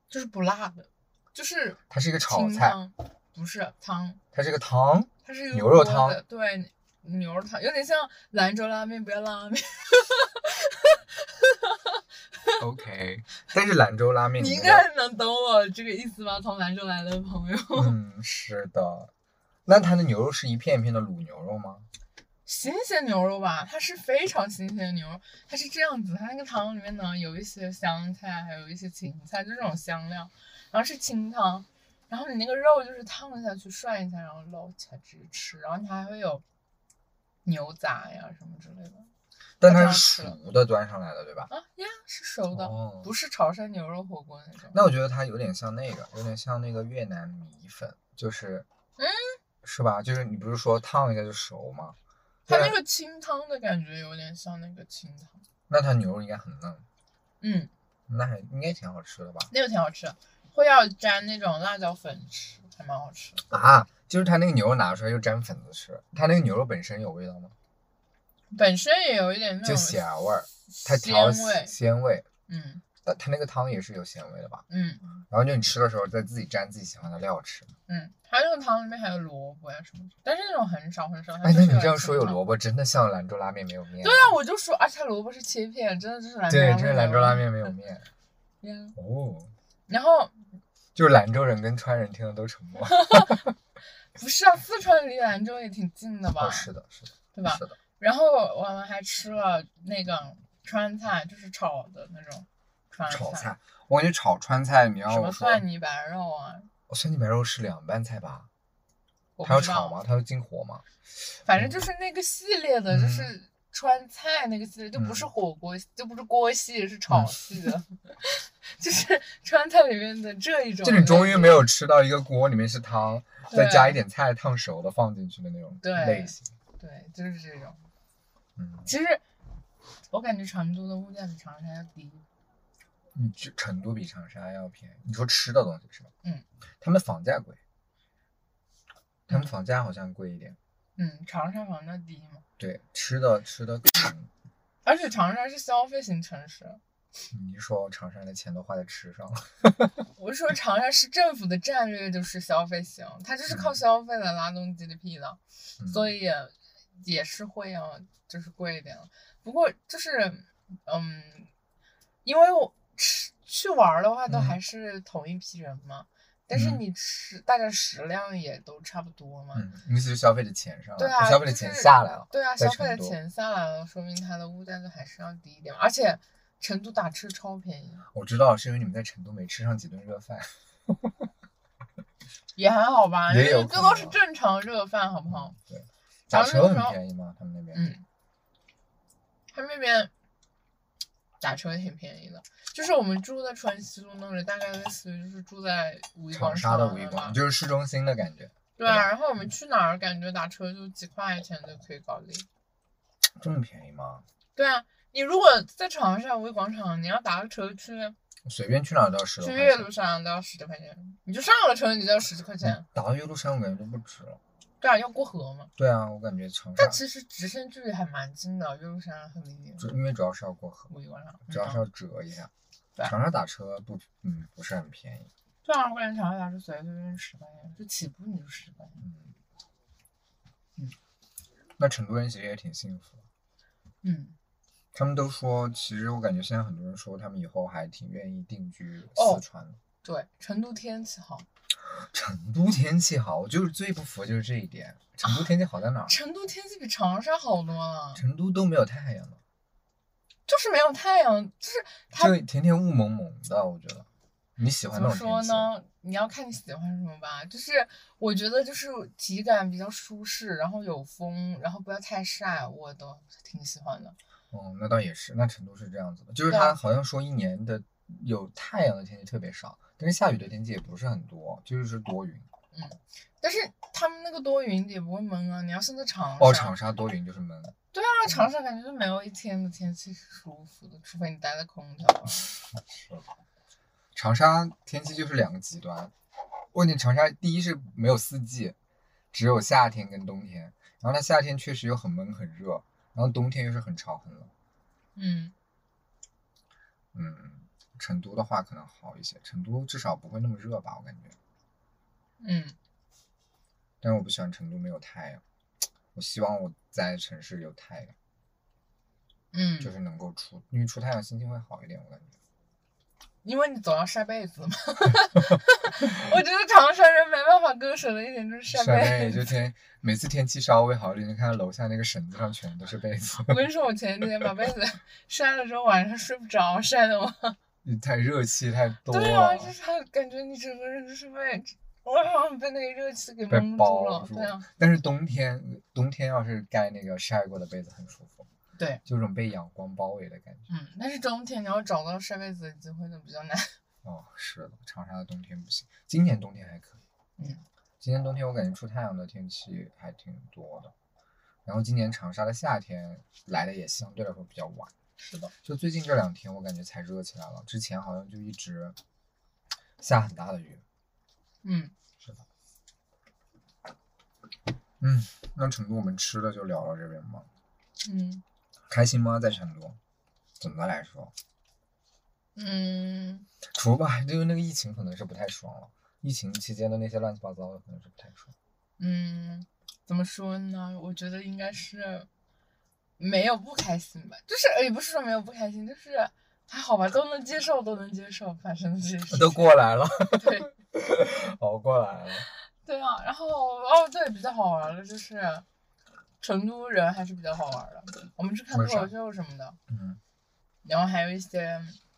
Speaker 2: 就是不辣的，就是
Speaker 1: 它是一个炒
Speaker 2: 清
Speaker 1: 菜，
Speaker 2: 汤，不是汤，
Speaker 1: 它是个汤。
Speaker 2: 它是一个
Speaker 1: 牛肉
Speaker 2: 锅
Speaker 1: 汤
Speaker 2: 的，对，牛肉汤有点像兰州拉面，不要拉面。
Speaker 1: OK，但是兰州拉面
Speaker 2: 你
Speaker 1: 里
Speaker 2: 应
Speaker 1: 面的，
Speaker 2: 该能懂我这个意思吧？从兰州来的朋友。
Speaker 1: 嗯，是的。那它的牛肉是一片一片的卤牛肉吗？
Speaker 2: 新鲜牛肉吧，它是非常新鲜的牛肉，它是这样子，它那个汤里面呢有一些香菜，还有一些芹菜，就这种香料，然后是清汤，然后你那个肉就是烫下去涮一下，然后捞起来直接吃，然后你还会有牛杂呀什么之类的
Speaker 1: 但
Speaker 2: 我
Speaker 1: 它
Speaker 2: 知道
Speaker 1: 是
Speaker 2: 是了
Speaker 1: 熟的端上来的，对吧？
Speaker 2: 啊呀，是熟的，
Speaker 1: 哦
Speaker 2: 不是潮汕牛肉火锅那种。
Speaker 1: 那我觉得它有点像那个，有点像那个越南米粉，就是，
Speaker 2: 嗯，
Speaker 1: 是吧？就是你不是说烫一下就熟吗？
Speaker 2: 它
Speaker 1: 对
Speaker 2: 那个清汤的感觉有点像那个清汤，
Speaker 1: 那它牛肉应该很嫩，
Speaker 2: 嗯，
Speaker 1: 那还应该挺好吃的吧？
Speaker 2: 那个挺好吃的，会要沾那种辣椒粉吃，还蛮好吃的。
Speaker 1: 啊，就是它那个牛肉拿出来就沾粉子吃，它那个牛肉本身有味道吗？
Speaker 2: 本身也有一点那
Speaker 1: 就
Speaker 2: 种
Speaker 1: 咸味儿，它
Speaker 2: 鲜
Speaker 1: 调
Speaker 2: 味，
Speaker 1: 鲜味，
Speaker 2: 嗯
Speaker 1: 但它那个汤也是有鲜味的吧？
Speaker 2: 嗯
Speaker 1: 然后就你吃的时候再自己蘸自己喜欢的料吃。
Speaker 2: 嗯，它那个汤里面还有萝卜呀、什么的，但是那种很少很少。
Speaker 1: 哎，那你这样说有萝卜，
Speaker 2: 卜？
Speaker 1: 真的像兰州拉面没有面。
Speaker 2: 对啊，我就说，而且它萝卜是切片，真的就是兰州
Speaker 1: 对，
Speaker 2: 拉面。
Speaker 1: 真是兰州拉。面没有面。
Speaker 2: 嗯，
Speaker 1: 哦，
Speaker 2: 然后
Speaker 1: 就是兰州人跟川人听了都沉默。
Speaker 2: 不是啊，四川离兰州也挺近的吧？
Speaker 1: 哦，是的，是的，
Speaker 2: 对吧
Speaker 1: 是？的。
Speaker 2: 然后我们还吃了那个川菜，就是炒的那种川
Speaker 1: 炒菜，我感觉炒川菜，你要
Speaker 2: 什
Speaker 1: 我
Speaker 2: 么
Speaker 1: 说，
Speaker 2: 蒜泥白肉啊，
Speaker 1: 哦蒜泥白肉是凉拌菜吧？
Speaker 2: 我
Speaker 1: 它
Speaker 2: 不
Speaker 1: 要
Speaker 2: 知
Speaker 1: 炒吗
Speaker 2: 道，？
Speaker 1: 它要进火吗？
Speaker 2: 反正就是那个系列的，
Speaker 1: 嗯
Speaker 2: 就是川菜那个系列，就不是火锅，就不是锅系，是
Speaker 1: 嗯
Speaker 2: 炒系的， 就是川菜里面的这一种。
Speaker 1: 就你终于没有吃到一个锅里面是汤，再
Speaker 2: 对
Speaker 1: 加一点菜烫熟的放进去的那种
Speaker 2: 对
Speaker 1: 类型。
Speaker 2: 对，就是这种。
Speaker 1: 嗯，
Speaker 2: 其实我感觉成都的物价比长沙要低，
Speaker 1: 你这成都比长沙要便宜。你说吃的东西是吧？
Speaker 2: 嗯，
Speaker 1: 他们房价贵，他们
Speaker 2: 嗯
Speaker 1: 房价好像贵一点。
Speaker 2: 嗯，长沙房价低嘛，
Speaker 1: 对，吃的吃的可能，
Speaker 2: 而且长沙是消费型城市，
Speaker 1: 你是说长沙的钱都花在吃上了，
Speaker 2: 我是说长沙市政府的战略就是消费型，它就是靠
Speaker 1: 嗯
Speaker 2: 消费来拉动 GDP 的，
Speaker 1: 嗯、
Speaker 2: 所以也也是会啊，就是贵一点了。不过就是，嗯，因为我吃去玩儿的话，都
Speaker 1: 嗯
Speaker 2: 还是同一批人嘛。但是
Speaker 1: 嗯
Speaker 2: 你吃，大家食量也都差不多嘛。
Speaker 1: 嗯，你是消费的钱上了，
Speaker 2: 对啊，
Speaker 1: 消费的
Speaker 2: 就
Speaker 1: 钱
Speaker 2: 是
Speaker 1: 下来了。
Speaker 2: 对啊，
Speaker 1: 在
Speaker 2: 消费的
Speaker 1: 成都
Speaker 2: 钱下来了，说明它的物价就还是要低一点嘛。而且成都打车超便宜，
Speaker 1: 我知道是因为你们在成都没吃上几顿热饭，
Speaker 2: 也还好吧，
Speaker 1: 也
Speaker 2: 这
Speaker 1: 有
Speaker 2: 这
Speaker 1: 可
Speaker 2: 都
Speaker 1: 能
Speaker 2: 是
Speaker 1: 啊
Speaker 2: 正常热饭，好不好？
Speaker 1: 嗯对，打
Speaker 2: 然后
Speaker 1: 车
Speaker 2: 那个时
Speaker 1: 很
Speaker 2: 候
Speaker 1: 便宜吗？他们那边？
Speaker 2: 嗯，他们那边打车也挺便宜的，就是我们住在川西路那里，大概类似于就是住在五一啊
Speaker 1: 长
Speaker 2: 广
Speaker 1: 沙
Speaker 2: 场
Speaker 1: 的
Speaker 2: 那
Speaker 1: 五一
Speaker 2: 儿
Speaker 1: 广
Speaker 2: 吧
Speaker 1: 场就是市中心的感觉，
Speaker 2: 对啊，然后我们去哪儿，感觉打车就几块钱就可以搞定。
Speaker 1: 这么便宜吗？
Speaker 2: 对啊，你如果在长沙五一广场，你要打个车去
Speaker 1: 随便去哪儿都要十多
Speaker 2: 去
Speaker 1: 块
Speaker 2: 岳
Speaker 1: 钱。
Speaker 2: 麓山都要十几块钱，你就上了车你就要十几块钱
Speaker 1: 嗯。打到岳麓山我感觉都不值了。
Speaker 2: 对啊，要过河嘛。
Speaker 1: 对啊，我感觉长沙
Speaker 2: 但其实直线距离还蛮近的，岳麓山很离
Speaker 1: 主因为主要是要过河，
Speaker 2: 五一广场。
Speaker 1: 主要
Speaker 2: 嗯
Speaker 1: 是要折一下。
Speaker 2: 对
Speaker 1: 长沙打车不嗯不是很便宜，
Speaker 2: 对啊，我感觉长沙打车随随便便十块钱，就起步你就十块钱。
Speaker 1: 嗯
Speaker 2: 嗯，
Speaker 1: 那成都人其实也挺幸福的。
Speaker 2: 嗯，
Speaker 1: 他们都说，其实我感觉现在很多人说，他们以后还挺愿意定居
Speaker 2: 哦
Speaker 1: 四川的。
Speaker 2: 对，成都天气好。
Speaker 1: 成都天气好，我就是最不服就是这一点。成都天气好在哪儿？
Speaker 2: 成都天气比长沙好多了，
Speaker 1: 成都都没有太阳了，
Speaker 2: 就是没有太阳，就是它
Speaker 1: 就天天雾蒙蒙的。我觉得你喜欢
Speaker 2: 怎
Speaker 1: 那
Speaker 2: 么
Speaker 1: 种
Speaker 2: 说
Speaker 1: 天气？
Speaker 2: 呢？你要看你喜欢什么吧。就是我觉得就是体感比较舒适，然后有风，然后不要太晒，我都挺喜欢的。
Speaker 1: 哦，那倒也是。那成都是这样子的，就是
Speaker 2: 对啊
Speaker 1: 它好像说一年的有太阳的天气特别少，但是下雨的天气也不是很多，就是多云。
Speaker 2: 但是他们那个多云也不会闷啊。你要是在长沙，
Speaker 1: 哦，长沙多云就是闷。
Speaker 2: 对啊，长沙感觉就没有一天的天气是舒服的，除非你待在空调房。
Speaker 1: 长沙天气就是两个极端。问题长沙第一是没有四季，只有夏天跟冬天。然后它夏天确实又很闷很热，然后冬天又是很潮很冷。
Speaker 2: 嗯，
Speaker 1: 嗯，成都的话可能好一些，成都至少不会那么热吧，我感觉。
Speaker 2: 嗯，
Speaker 1: 但是我不喜欢成都没有太阳，我希望我在城市有太阳，
Speaker 2: 嗯，
Speaker 1: 就是能够出，因为出太阳心情会好一点，我感觉。
Speaker 2: 因为你总要晒被子嘛。 我觉得长沙人没办法割舍的一点就是啊晒
Speaker 1: 晒被
Speaker 2: 被
Speaker 1: 就
Speaker 2: 子。
Speaker 1: 天每次天气稍微好一点，就看到楼下那个绳子上全都是被子，
Speaker 2: 我跟你说，我前几天把被子晒了之后，晚上睡不着，晒 的我。
Speaker 1: 太热气太多
Speaker 2: 对
Speaker 1: 了。
Speaker 2: 啊，就是他感觉你整个人就是被，我好像被那个热气给
Speaker 1: 被
Speaker 2: 蒙住
Speaker 1: 包
Speaker 2: 了。
Speaker 1: 住
Speaker 2: 对啊，
Speaker 1: 但是冬天，冬天要是盖那个晒过的被子很舒服，
Speaker 2: 对，
Speaker 1: 就有种被阳光包围的感觉。
Speaker 2: 嗯，但是冬天你要找到晒被子的机会就比较难。
Speaker 1: 哦，是的，长沙的冬天不行，今年冬天还可以。
Speaker 2: 嗯，
Speaker 1: 今年冬天我感觉出太阳的天气还挺多的。然后今年长沙的夏天来的也相对来说比较晚，
Speaker 2: 是的，
Speaker 1: 就最近这两天我感觉才热起来了，之前好像就一直下很大的雨。
Speaker 2: 嗯，
Speaker 1: 嗯，那成都我们吃的就聊到这边吧。
Speaker 2: 嗯，
Speaker 1: 开心吗？在成都？总的来说，
Speaker 2: 嗯，
Speaker 1: 除吧，因为那个疫情可能是不太爽了。疫情期间的那些乱七八糟的可能是不太爽。
Speaker 2: 嗯，怎么说呢？我觉得应该是没有不开心吧，就是呃也不是说没有不开心，就是还好吧，都能接受，都能接受发生的这些事
Speaker 1: 都
Speaker 2: 情。
Speaker 1: 过来了，
Speaker 2: 对
Speaker 1: 熬过来了。
Speaker 2: 对啊，然后哦对，比较好玩的就是成都人还是比较好玩的，我们去看
Speaker 1: 为
Speaker 2: 脱
Speaker 1: 啥
Speaker 2: 口秀什么的，
Speaker 1: 嗯，
Speaker 2: 然后还有一些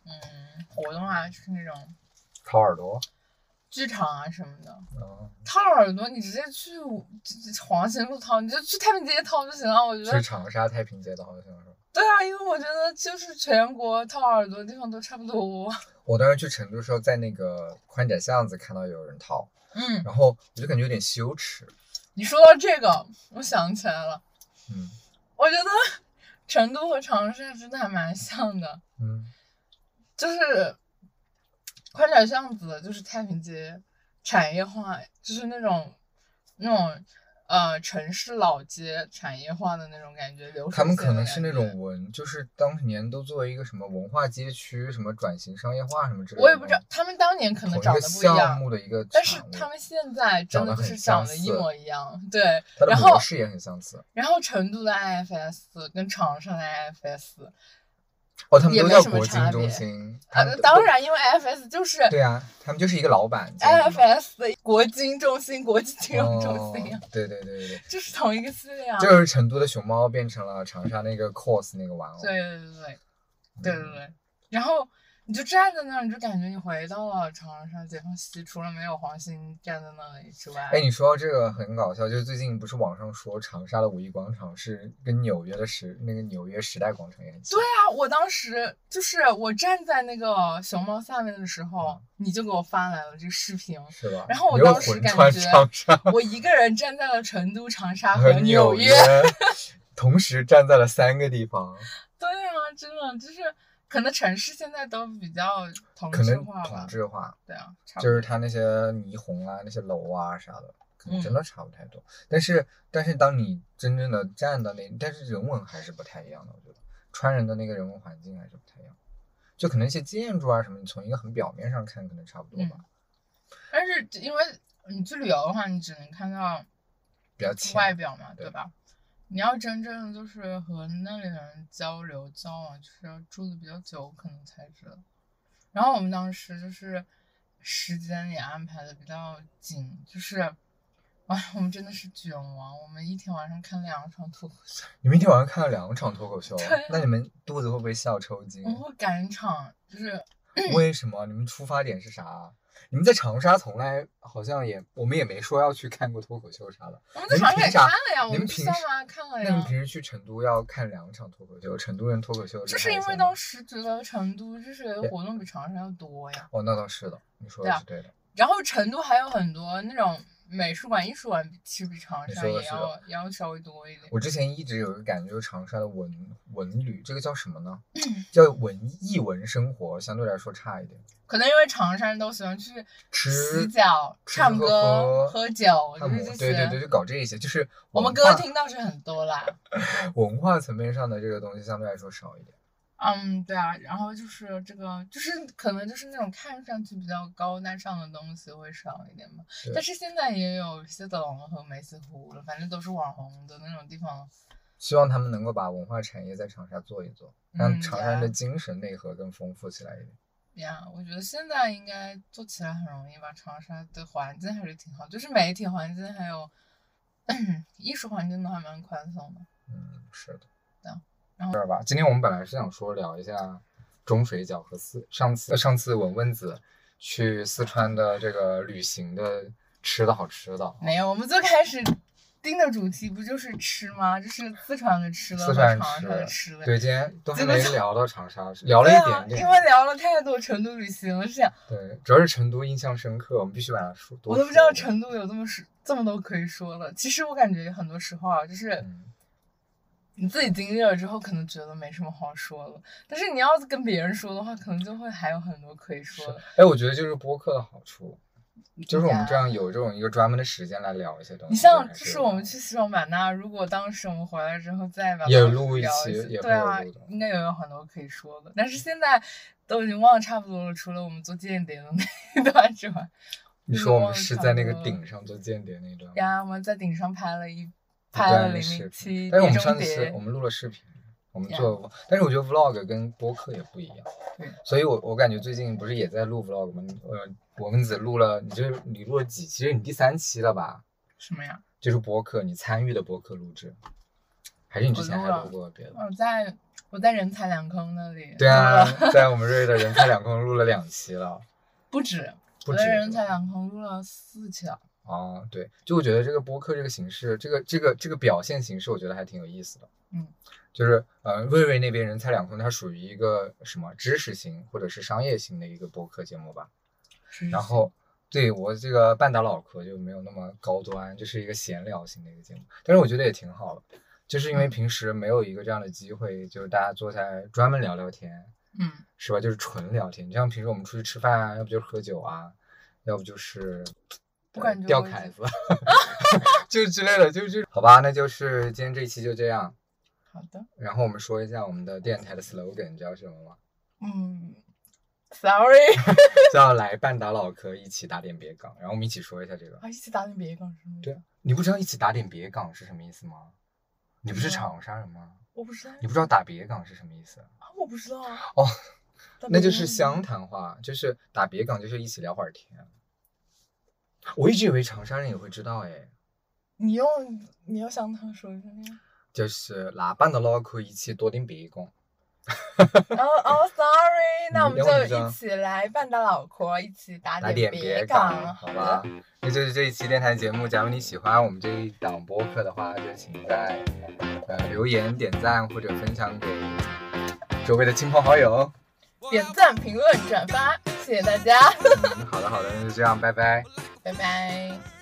Speaker 2: 嗯活动啊，就是那种
Speaker 1: 掏耳朵。
Speaker 2: 剧场啊什么的。
Speaker 1: 嗯，
Speaker 2: 掏耳朵，你直接去五这这黄兴路掏，你就去太平街掏就行了。我觉得
Speaker 1: 去长沙太平街的好像是。
Speaker 2: 对啊，因为我觉得就是全国掏耳朵的地方都差不多。
Speaker 1: 我当时去成都的时候，在那个宽窄巷子看到有人掏，
Speaker 2: 嗯，
Speaker 1: 然后我就感觉有点羞耻。
Speaker 2: 你说到这个，我想起来了，
Speaker 1: 嗯
Speaker 2: 我觉得成都和长沙真的还蛮像的，
Speaker 1: 嗯
Speaker 2: 就是宽窄巷子就是太平街产业化，就是那种那种呃城市老街产业化的那种感觉，流水
Speaker 1: 他们
Speaker 2: 线
Speaker 1: 可
Speaker 2: 的
Speaker 1: 能
Speaker 2: 感
Speaker 1: 是那
Speaker 2: 觉
Speaker 1: 种文，就是当年都作为一个什么文化街区、什么转型商业化什么之类的。
Speaker 2: 我也不知道，他们当年可
Speaker 1: 同
Speaker 2: 能
Speaker 1: 一
Speaker 2: 长
Speaker 1: 个
Speaker 2: 得不一样
Speaker 1: 项，目的一个产物，
Speaker 2: 但是他们现在
Speaker 1: 长
Speaker 2: 真的
Speaker 1: 得
Speaker 2: 就是
Speaker 1: 很
Speaker 2: 长
Speaker 1: 相
Speaker 2: 得一
Speaker 1: 似
Speaker 2: 模一样，对。
Speaker 1: 它的
Speaker 2: 然后
Speaker 1: 模式也很相似。
Speaker 2: 然后成都的 IFS 跟长沙的 IFS，
Speaker 1: 哦，他们
Speaker 2: 也
Speaker 1: 都
Speaker 2: 没
Speaker 1: 叫
Speaker 2: 什么
Speaker 1: 国
Speaker 2: 差
Speaker 1: 金中
Speaker 2: 别
Speaker 1: 心。他
Speaker 2: 啊，
Speaker 1: 们
Speaker 2: 那
Speaker 1: 都
Speaker 2: 当。然，因哎为 IFS 就是
Speaker 1: 对啊，他们就是一个老板。这样子嘛
Speaker 2: IFS 的国金中心、国际金融中心啊，
Speaker 1: 哦对对对对对，
Speaker 2: 就是同一个系列啊。
Speaker 1: 就是成都的熊猫变成了长沙那个 cos 那个玩偶。
Speaker 2: 对对对对
Speaker 1: 嗯，
Speaker 2: 对对对。然后你就站在那儿，你就感觉你回到了长沙解放西，除了没有黄兴站在那里之外，
Speaker 1: 哎，你说到这个很搞笑，就是最近不是网上说长沙的五一广场是跟纽约的时那个纽约时代广场也很像。
Speaker 2: 对啊，我当时就是我站在那个熊猫下面的时
Speaker 1: 嗯
Speaker 2: 候，你就给我发来了这个视频。
Speaker 1: 是吧？
Speaker 2: 然后我
Speaker 1: 你又
Speaker 2: 当时
Speaker 1: 魂
Speaker 2: 感
Speaker 1: 穿
Speaker 2: 觉
Speaker 1: 长沙
Speaker 2: 我一个人站在了成都、长沙
Speaker 1: 和
Speaker 2: 纽
Speaker 1: 约，同时站在了三个地方，
Speaker 2: 对啊，真的就是可能城市现在都比较同
Speaker 1: 可
Speaker 2: 质
Speaker 1: 能
Speaker 2: 化
Speaker 1: 同
Speaker 2: 吧。
Speaker 1: 质化，
Speaker 2: 对啊，差不
Speaker 1: 就
Speaker 2: 多
Speaker 1: 是它那些霓虹啊、那些楼啊啥的，可能真
Speaker 2: 嗯
Speaker 1: 的差不太多。但是，但是当你真正的站到那，但是人文还是不太一样的，我觉得川人的那个人文环境还是不太一样。就可能一些建筑啊什么，你从一个很表面上看，可能差不多吧，
Speaker 2: 嗯但是因为你去旅游的话，你只能看到
Speaker 1: 比较浅。
Speaker 2: 外表嘛，
Speaker 1: 对
Speaker 2: 对吧？你要真正就是和那里的人交流交往，就是要住的比较久，可能才知道。然后我们当时就是时间也安排的比较紧，就是，哎，我们真的是卷王，我们一天晚上看两 场脱口秀，
Speaker 1: 你们一天晚上看了两场脱口秀
Speaker 2: 对啊，
Speaker 1: 那你们肚子会不会笑抽筋
Speaker 2: 我？们会赶场，就是嗯
Speaker 1: 为什么？你们出发点是啥？啊你们在长沙从来好像也，我们也没说要去看过脱口秀啥的。
Speaker 2: 我们
Speaker 1: 你
Speaker 2: 在
Speaker 1: 们凭啥
Speaker 2: 长沙也看了哎呀，我
Speaker 1: 你
Speaker 2: 们
Speaker 1: 们
Speaker 2: 去
Speaker 1: 平
Speaker 2: 三
Speaker 1: 时
Speaker 2: 亚看了
Speaker 1: 那你
Speaker 2: 呀
Speaker 1: 们。平时去成都要看两场脱口秀，成都人脱口秀厉害一哎些
Speaker 2: 就
Speaker 1: 吗，
Speaker 2: 是因为当时觉得成都就是
Speaker 1: 对
Speaker 2: 活动比长沙要多呀，
Speaker 1: 哦，那倒是的，你说
Speaker 2: 对
Speaker 1: 的
Speaker 2: 啊
Speaker 1: 是对的。
Speaker 2: 然后成都还有很多那种美术馆、艺术馆，其实比长
Speaker 1: 你
Speaker 2: 沙
Speaker 1: 说的
Speaker 2: 也
Speaker 1: 是
Speaker 2: 要也要稍微多一点。
Speaker 1: 我之前一直有一个感觉，就是长沙的文文旅，这个叫什么呢？
Speaker 2: 嗯
Speaker 1: 叫文艺文生活，相对来说差一点。
Speaker 2: 可能因为长沙人都喜欢去
Speaker 1: 吃
Speaker 2: 洗脚、
Speaker 1: 吃
Speaker 2: 唱
Speaker 1: 喝
Speaker 2: 歌、
Speaker 1: 喝
Speaker 2: 喝酒，
Speaker 1: 按
Speaker 2: 就
Speaker 1: 摩
Speaker 2: 是这，些。
Speaker 1: 对对对，就搞这些，就是
Speaker 2: 我们
Speaker 1: 文
Speaker 2: 歌
Speaker 1: 化
Speaker 2: 听倒是很多啦，
Speaker 1: 文化层面上的这个东西相对来说少一点。
Speaker 2: 嗯，对啊，然后就是这个，就是可能就是那种看上去比较高大上的东西会少一点吧。
Speaker 1: 对
Speaker 2: 但是现在也有写字楼和梅子湖了，反正都是网红的那种地方。
Speaker 1: 希望他们能够把文化产业在长沙做一做，
Speaker 2: 嗯
Speaker 1: 让长沙人的
Speaker 2: 呀
Speaker 1: 精神内核更丰富起来一点。
Speaker 2: 呀，我觉得现在应该做起来很容易吧。长沙的环境还是挺好，就是媒体环境还有 艺术环境都还蛮宽松的。
Speaker 1: 嗯，是的。
Speaker 2: 然后
Speaker 1: 这儿吧，今天我们本来是想说聊一下中水饺和四上次呃上次文文子去四川的这个旅行的吃的好吃的啊，
Speaker 2: 没有，我们最开始定的主题不就是吃吗？就是四川的吃的
Speaker 1: 四
Speaker 2: 和
Speaker 1: 川人
Speaker 2: 长沙的
Speaker 1: 吃
Speaker 2: 吃的。
Speaker 1: 啊对，今天都还
Speaker 2: 基本
Speaker 1: 没
Speaker 2: 上
Speaker 1: 聊到长沙，聊了
Speaker 2: 对
Speaker 1: 一
Speaker 2: 啊
Speaker 1: 点，
Speaker 2: 因
Speaker 1: 点，
Speaker 2: 为聊了太多成都旅行了，是想
Speaker 1: 对，主要是成都印象深刻，我们必须把它说。多
Speaker 2: 我都不
Speaker 1: 说
Speaker 2: 知道
Speaker 1: 一点
Speaker 2: 成都有这么是这么多可以说的。其实我感觉很多时候啊，就是
Speaker 1: 嗯
Speaker 2: 你自己经历了之后，可能觉得没什么好说了，但是你要是跟别人说的话，可能就会还有很多可以说的。
Speaker 1: 哎，我觉得就是播客的好处，就是我们
Speaker 2: 呀
Speaker 1: 这样有这种一个专门的时间来聊一些东西。
Speaker 2: 你像，
Speaker 1: 还
Speaker 2: 就是
Speaker 1: 有
Speaker 2: 我
Speaker 1: 的
Speaker 2: 们去西双版纳，如果当时我们回来之后再把
Speaker 1: 也
Speaker 2: 当时
Speaker 1: 录一
Speaker 2: 聊
Speaker 1: 期也
Speaker 2: 对啊
Speaker 1: 会有录的，嗯
Speaker 2: 应该也有很多可以说的。但是现在都已经忘得差不多了，除了我们做间谍的那一段之外，
Speaker 1: 你
Speaker 2: 那
Speaker 1: 说
Speaker 2: 个
Speaker 1: 我们
Speaker 2: 忘
Speaker 1: 是
Speaker 2: 差
Speaker 1: 在
Speaker 2: 不
Speaker 1: 那个
Speaker 2: 多了
Speaker 1: 顶上做间谍那一段吗，
Speaker 2: 呀，我们在顶上拍了一
Speaker 1: 一
Speaker 2: 拍了
Speaker 1: 段
Speaker 2: 零
Speaker 1: 视
Speaker 2: 零
Speaker 1: 频
Speaker 2: 七，
Speaker 1: 但是我们
Speaker 2: 碟中
Speaker 1: 上次
Speaker 2: 谍
Speaker 1: 我，们录了视频，我们
Speaker 2: 呀
Speaker 1: 做了，但是我觉得 vlog 跟播客也不一样
Speaker 2: 对，
Speaker 1: 所以我我感觉最近不是也在录 vlog 吗？你呃，我跟子录了，你这你录了几期？这是你第三期了吧？
Speaker 2: 什么呀？
Speaker 1: 就是播客，你参与的播客录制，还是你之
Speaker 2: 我
Speaker 1: 前
Speaker 2: 录
Speaker 1: 还
Speaker 2: 了
Speaker 1: 录过别的？
Speaker 2: 我哦在我在人财两坑那里，
Speaker 1: 对啊，在我们瑞的人财两空录了两期 了，
Speaker 2: 不止，
Speaker 1: 不
Speaker 2: 我
Speaker 1: 止
Speaker 2: 在人
Speaker 1: 是
Speaker 2: 财
Speaker 1: 吧
Speaker 2: 两坑录了四期了。
Speaker 1: 啊，对，就我觉得这个播客这个形式，这个这个这个表现形式，我觉得还挺有意思的。
Speaker 2: 嗯，
Speaker 1: 就是呃，瑞瑞那边人财两空，它属于一个什么知识型或者是商业型的一个播客节目吧。
Speaker 2: 是
Speaker 1: 然后对我这个半打脑壳就没有那么高端，就是一个闲聊型的一个节目，但是我觉得也挺好的，就是因为平时没有一个这样的机会，就是大家坐下来专门聊聊天，
Speaker 2: 嗯，
Speaker 1: 是吧？就是纯聊天，就像平时我们出去吃饭啊，要不就是喝酒啊，要不就是呃
Speaker 2: 我感觉
Speaker 1: 钓
Speaker 2: 我已
Speaker 1: 凯
Speaker 2: 经
Speaker 1: 子， 就之类的，就是好吧，那就是今天这一期就这样。
Speaker 2: 好的，
Speaker 1: 然后我们说一下我们的电台的 slogan，你知道是什么吗？
Speaker 2: 嗯，sorry，
Speaker 1: 叫“来半打老壳，一起打点别港”。然后我们一起说一下这个。
Speaker 2: 啊，一起打点别杠是吗？
Speaker 1: 对，啊，你不知道“一起打点别港”是什么意思吗？你不是
Speaker 2: 不知道
Speaker 1: 长沙人吗？
Speaker 2: 我不知道
Speaker 1: 你不知道“打别港”是什么意思？
Speaker 2: 啊，我不知道啊。
Speaker 1: 哦
Speaker 2: 打
Speaker 1: 那
Speaker 2: 别
Speaker 1: 就是
Speaker 2: 杠
Speaker 1: 湘潭话，就是打别港，就是一起聊会儿天。我一直以为长沙人也会知道哎，
Speaker 2: 你用你用湘潭说一下 那个。
Speaker 1: 就是喇叭的脑壳一起多点别港。
Speaker 2: 哦哦，sorry，那我们
Speaker 1: 你用不
Speaker 2: 就
Speaker 1: 着
Speaker 2: 一起来半打老婆，一起打
Speaker 1: 打点
Speaker 2: 点
Speaker 1: 别
Speaker 2: 杠，
Speaker 1: 港，好
Speaker 2: 的
Speaker 1: 吧？？那就是这一期电台节目。假如你喜欢我们这一档播客的话，就请在呃留言、点赞或者分享给周围的亲朋好友。
Speaker 2: 点赞、评论、转发，谢谢大家，
Speaker 1: 嗯，好的好的，那就这样，拜拜。
Speaker 2: 拜拜。